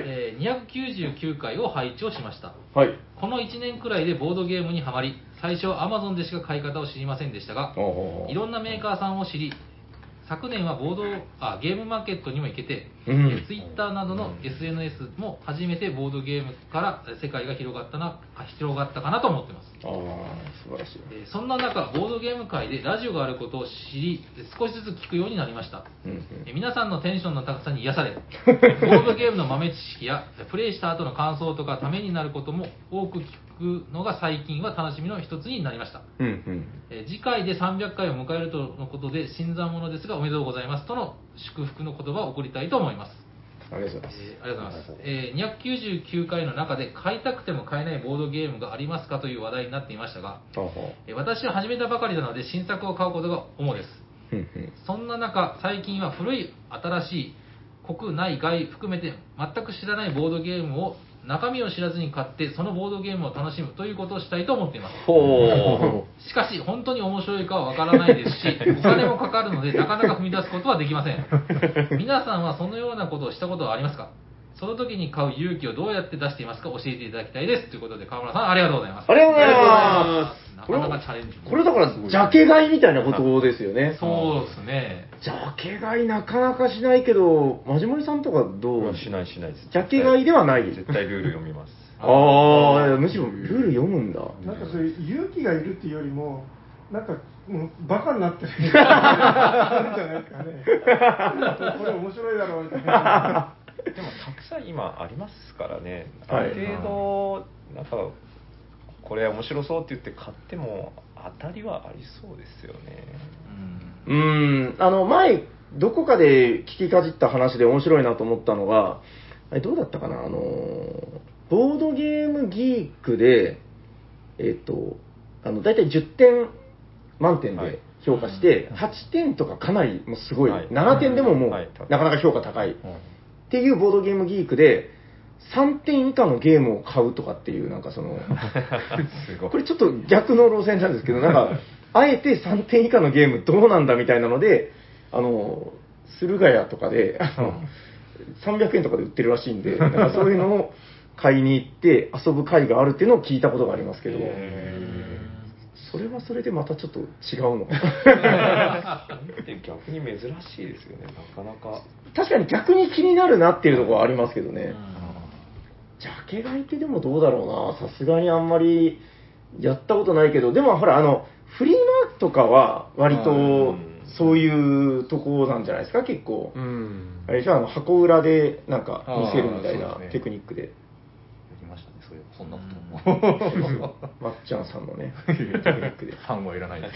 Speaker 1: えー299回を拝聴しました。
Speaker 2: はい。
Speaker 1: この1年くらいでボードゲームにハマり、最初は Amazon でしか買い方を知りませんでしたが
Speaker 2: あ、ー
Speaker 1: いろんなメーカーさんを知り、昨年はボードあゲームマーケットにも行けて、
Speaker 2: うん
Speaker 1: ツイッターなどの SNS も初めてボードゲームからえ世界が広がったなあ広がったかなと思ってます。
Speaker 2: ああ、素晴らしい。
Speaker 1: えーそんな中、ボードゲーム界でラジオがあることを知り、少しずつ聞くようになりました。
Speaker 2: うんうん
Speaker 1: えー皆さんのテンションの高さに癒さ
Speaker 2: <laughs>
Speaker 1: れ、ボードゲームの豆知識や、プレイした後の感想とかためになることも多く聞くのが最近は楽しみの一つになりました。
Speaker 2: うんうん。
Speaker 1: えー次回で300回を迎えるとのことで、新参者ですがおめでとうございますとの祝福の言葉を送りたいと思います。
Speaker 2: ありがとうございます。
Speaker 1: えーありがとうございます。えー299回の中で買いたくても買えないボードゲームがありますかという話題になっていましたが、
Speaker 2: ああはあ
Speaker 1: えー私は始めたばかりなので新作を買うことが主です。
Speaker 2: うんうん
Speaker 1: そんな中、最近は古い、新しい、国内外含めて全く知らないボードゲームを中身を知らずに買って、そのボードゲームを楽しむということをしたいと思っています。
Speaker 2: ほ
Speaker 1: しかし、本当に面白いかはわからないですし、お金もかかるので、なかなか踏み出すことはできません。皆さんはそのようなことをしたことはありますかその時に買う勇気をどうやって出していますか教えていただきたいです。ということで、河村さん、ありがとうございます。
Speaker 2: ありがとうございます
Speaker 1: なかなかチャレンジ
Speaker 2: う。これだから、ジャケ買いみたいなことですよね。
Speaker 1: そうですね。
Speaker 2: ジャケ買いなかなかしないけど、マジモリさんとかど
Speaker 6: う
Speaker 2: うん
Speaker 6: しないしないです。
Speaker 2: ジャケ買いではない
Speaker 6: 絶対ルール読みます。
Speaker 2: ああ、むしろルール読むんだ。
Speaker 5: なんかそういう勇気がいるっていうよりも、なんか、もうバカになってるなんじゃないですかね。これ面白いだろうみたいな。
Speaker 6: でもたくさん今ありますからね。あ
Speaker 2: はい
Speaker 6: る程度なんかこれ面白そうって言って買っても当たりはありそうですよね。
Speaker 1: うん
Speaker 2: うーん、あの、前、どこかで聞きかじった話で面白いなと思ったのが、あれどうだったかな、あのー、ボードゲームギークで、えっ、と、あの、大体10点満点
Speaker 6: は
Speaker 2: で
Speaker 6: い
Speaker 2: 評価して、8点とかかなりもうすごい、
Speaker 6: はい
Speaker 2: 7点でももう、
Speaker 6: はい
Speaker 2: なかなか評価高い、っていうボードゲームギークで、3点以下のゲームを買うとかっていう、なんかその、
Speaker 6: <laughs> すごい
Speaker 2: こ。れちょっと逆の路線なんですけど、なん
Speaker 6: <laughs>
Speaker 2: か、あえて3点以下のゲームどうなんだみたいなので、あの、駿河屋とかで、あの、300円とかで売ってるらしいんで、なんかそういうのを買いに行って遊ぶ会があるっていうのを聞いたことがありますけど、それはそれでまたちょっと違うのか
Speaker 6: <laughs>
Speaker 2: な。
Speaker 6: で逆に珍しいですよね。なかなか。
Speaker 2: 確かに逆に気になるなっていうところはありますけどね。
Speaker 1: うん
Speaker 2: ジャケ買いってでもどうだろうな、さすがにあんまりやったことないけど、でもほら、あのフリーマーとかは、割
Speaker 6: う
Speaker 2: と
Speaker 6: ん
Speaker 2: そういうとこなんじゃないですか、結構。
Speaker 3: うん
Speaker 2: あ。れじゃあの箱裏でなんか
Speaker 3: あー
Speaker 2: 見せるみたい
Speaker 3: そ
Speaker 2: な
Speaker 3: うですね
Speaker 2: テクニックで、
Speaker 3: <laughs>
Speaker 10: やりましたね、そういうそんなこ <laughs>
Speaker 2: まっちゃんさんの
Speaker 3: <laughs>
Speaker 2: ね、テクニックで。
Speaker 10: と。単語はいらないです。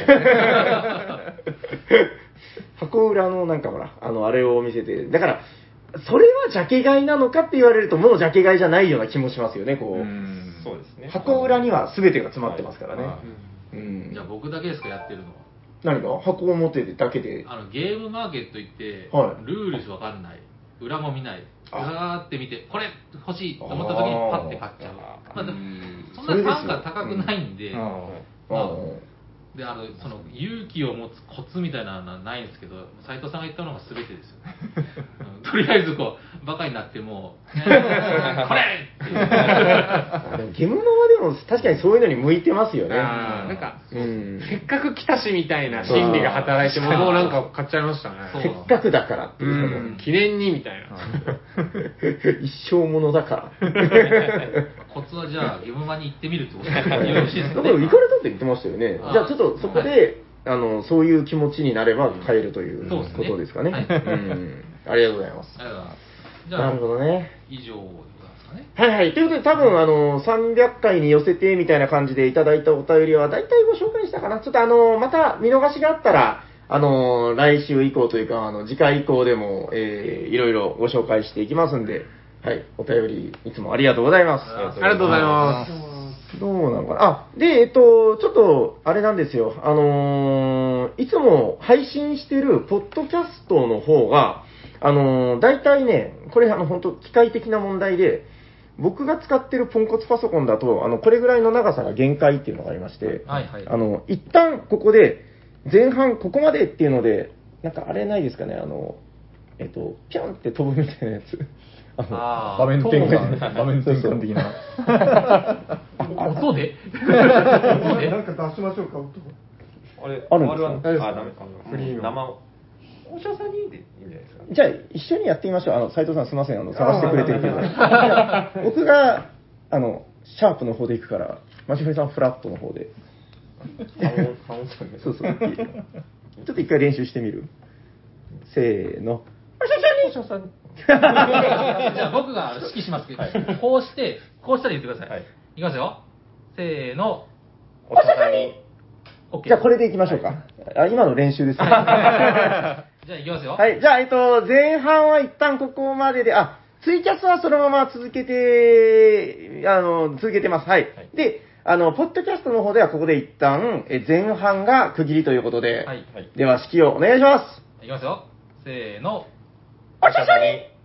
Speaker 2: <laughs> 箱裏のなんかほら、あのあれを見せて、だから、それはジャケ買いなのかって言われると、もうジャケ買いじゃないような気もしますよね、こう。
Speaker 3: うん
Speaker 6: そうですね。
Speaker 2: 箱裏には全てが詰まってますからね。
Speaker 6: は
Speaker 2: うん
Speaker 1: じゃあ僕だけですかやってるのは
Speaker 2: 何が箱表でだけで。
Speaker 1: あのゲームマーケット行って、
Speaker 2: はい
Speaker 1: ルールわかんない裏も見ない
Speaker 2: あ
Speaker 1: ガーって見てこれ欲しいと思った時にパッて買っちゃう
Speaker 6: あー
Speaker 1: まあでも
Speaker 2: うん
Speaker 1: そんな単価高くないんで、
Speaker 3: あ
Speaker 1: まあ
Speaker 2: うん
Speaker 1: であのその勇気を持つコツみたいなのはないんですけど斉藤さんが言ったのが全てですよ、
Speaker 10: <laughs>
Speaker 1: うんとりあえずこうバカになってもうこれっていう
Speaker 2: あでもゲムノはでも確かにそういうのに向いてますよね。
Speaker 3: あーなんか、
Speaker 2: うん。
Speaker 3: せっかく来たしみたいな心理が働いて、僕もなんか買っちゃいました
Speaker 1: そう
Speaker 3: ね。
Speaker 2: せっかくだからって
Speaker 3: う
Speaker 2: いうのも
Speaker 3: ん、記念にみたいな。
Speaker 2: <laughs> 一生ものだから。
Speaker 1: コツはじゃあゲームマに行ってみ
Speaker 2: <laughs>
Speaker 1: るってことでよろしいですか
Speaker 2: だか
Speaker 1: ね
Speaker 2: ら行かれたって言ってましたよね。
Speaker 1: あー
Speaker 2: じゃあちょっとそこで、
Speaker 1: は
Speaker 2: あの、そういう気持ちになれば帰るという
Speaker 1: そうですね
Speaker 2: ことですかね。
Speaker 1: はい
Speaker 2: うん。ありがとうございます。
Speaker 1: ありがとうございますじゃ
Speaker 2: な
Speaker 1: あ
Speaker 2: るほどね。
Speaker 1: 以上でございますかね
Speaker 2: はいはい。ということで、多分、あの、300回に寄せて、みたいな感じでいただいたお便りは、大体ご紹介したかな。ちょっとあの、また見逃しがあったら、あの、来週以降というか、あの、次回以降でも、えー、いろいろご紹介していきますんで、はい。お便り、いつもありがとうございます。
Speaker 1: あ
Speaker 3: ありがとうございます。
Speaker 2: どうなのかなあ、で、えっと、ちょっと、あれなんですよ。あのーいつも配信してる、ポッドキャストの方が、あのー大体ね、これ、あの、本当機械的な問題で、僕が使ってるポンコツパソコンだと、あの、これぐらいの長さが限界っていうのがありまして、
Speaker 1: はいはい
Speaker 2: あの、一旦ここで、前半ここまでっていうので、なんかあれないですかね、あの、えっと、ぴょんって飛ぶみたいなやつ。あの
Speaker 1: あー
Speaker 4: 場面転換、場面転換的な。
Speaker 1: 音で音
Speaker 2: <laughs>
Speaker 1: で
Speaker 5: なんか出しましょうか、音。
Speaker 6: あれ、
Speaker 2: あるんですか
Speaker 6: あれは、あ、ダメか。フリー生、お医者さんにでいいんじゃな
Speaker 2: <laughs>
Speaker 6: いですか。
Speaker 2: じゃあ、一緒にやってみましょう。あの、斉藤さんすみません。あの、探してくれてるけど。じゃあ <laughs> 僕が、あの、シャープの方で行くから、マシフリさんフラットの方で。そうそう。 <laughs> ちょっと一回練習してみるせーの。
Speaker 1: じゃあ僕が指揮しますけど、こうして、こうしたら言ってください。い、きますよ。せーの。
Speaker 2: おしゃさに。
Speaker 1: OK。
Speaker 2: じゃあ、こ
Speaker 1: <laughs>
Speaker 2: れで行きましょうか。あ今の練習ですね。
Speaker 1: じゃあいきますよ。
Speaker 2: はい。じゃあ、えっと、前半は一旦ここまでで、あ、ツイキャスはそのまま続けて、あの、続けてます。はい。で、あの、ポッドキャストの方ではここで一旦、え前半が区切りということで、
Speaker 1: はい
Speaker 2: では、式をお願いします。
Speaker 1: いきますよ。せーの。
Speaker 2: おしゃさに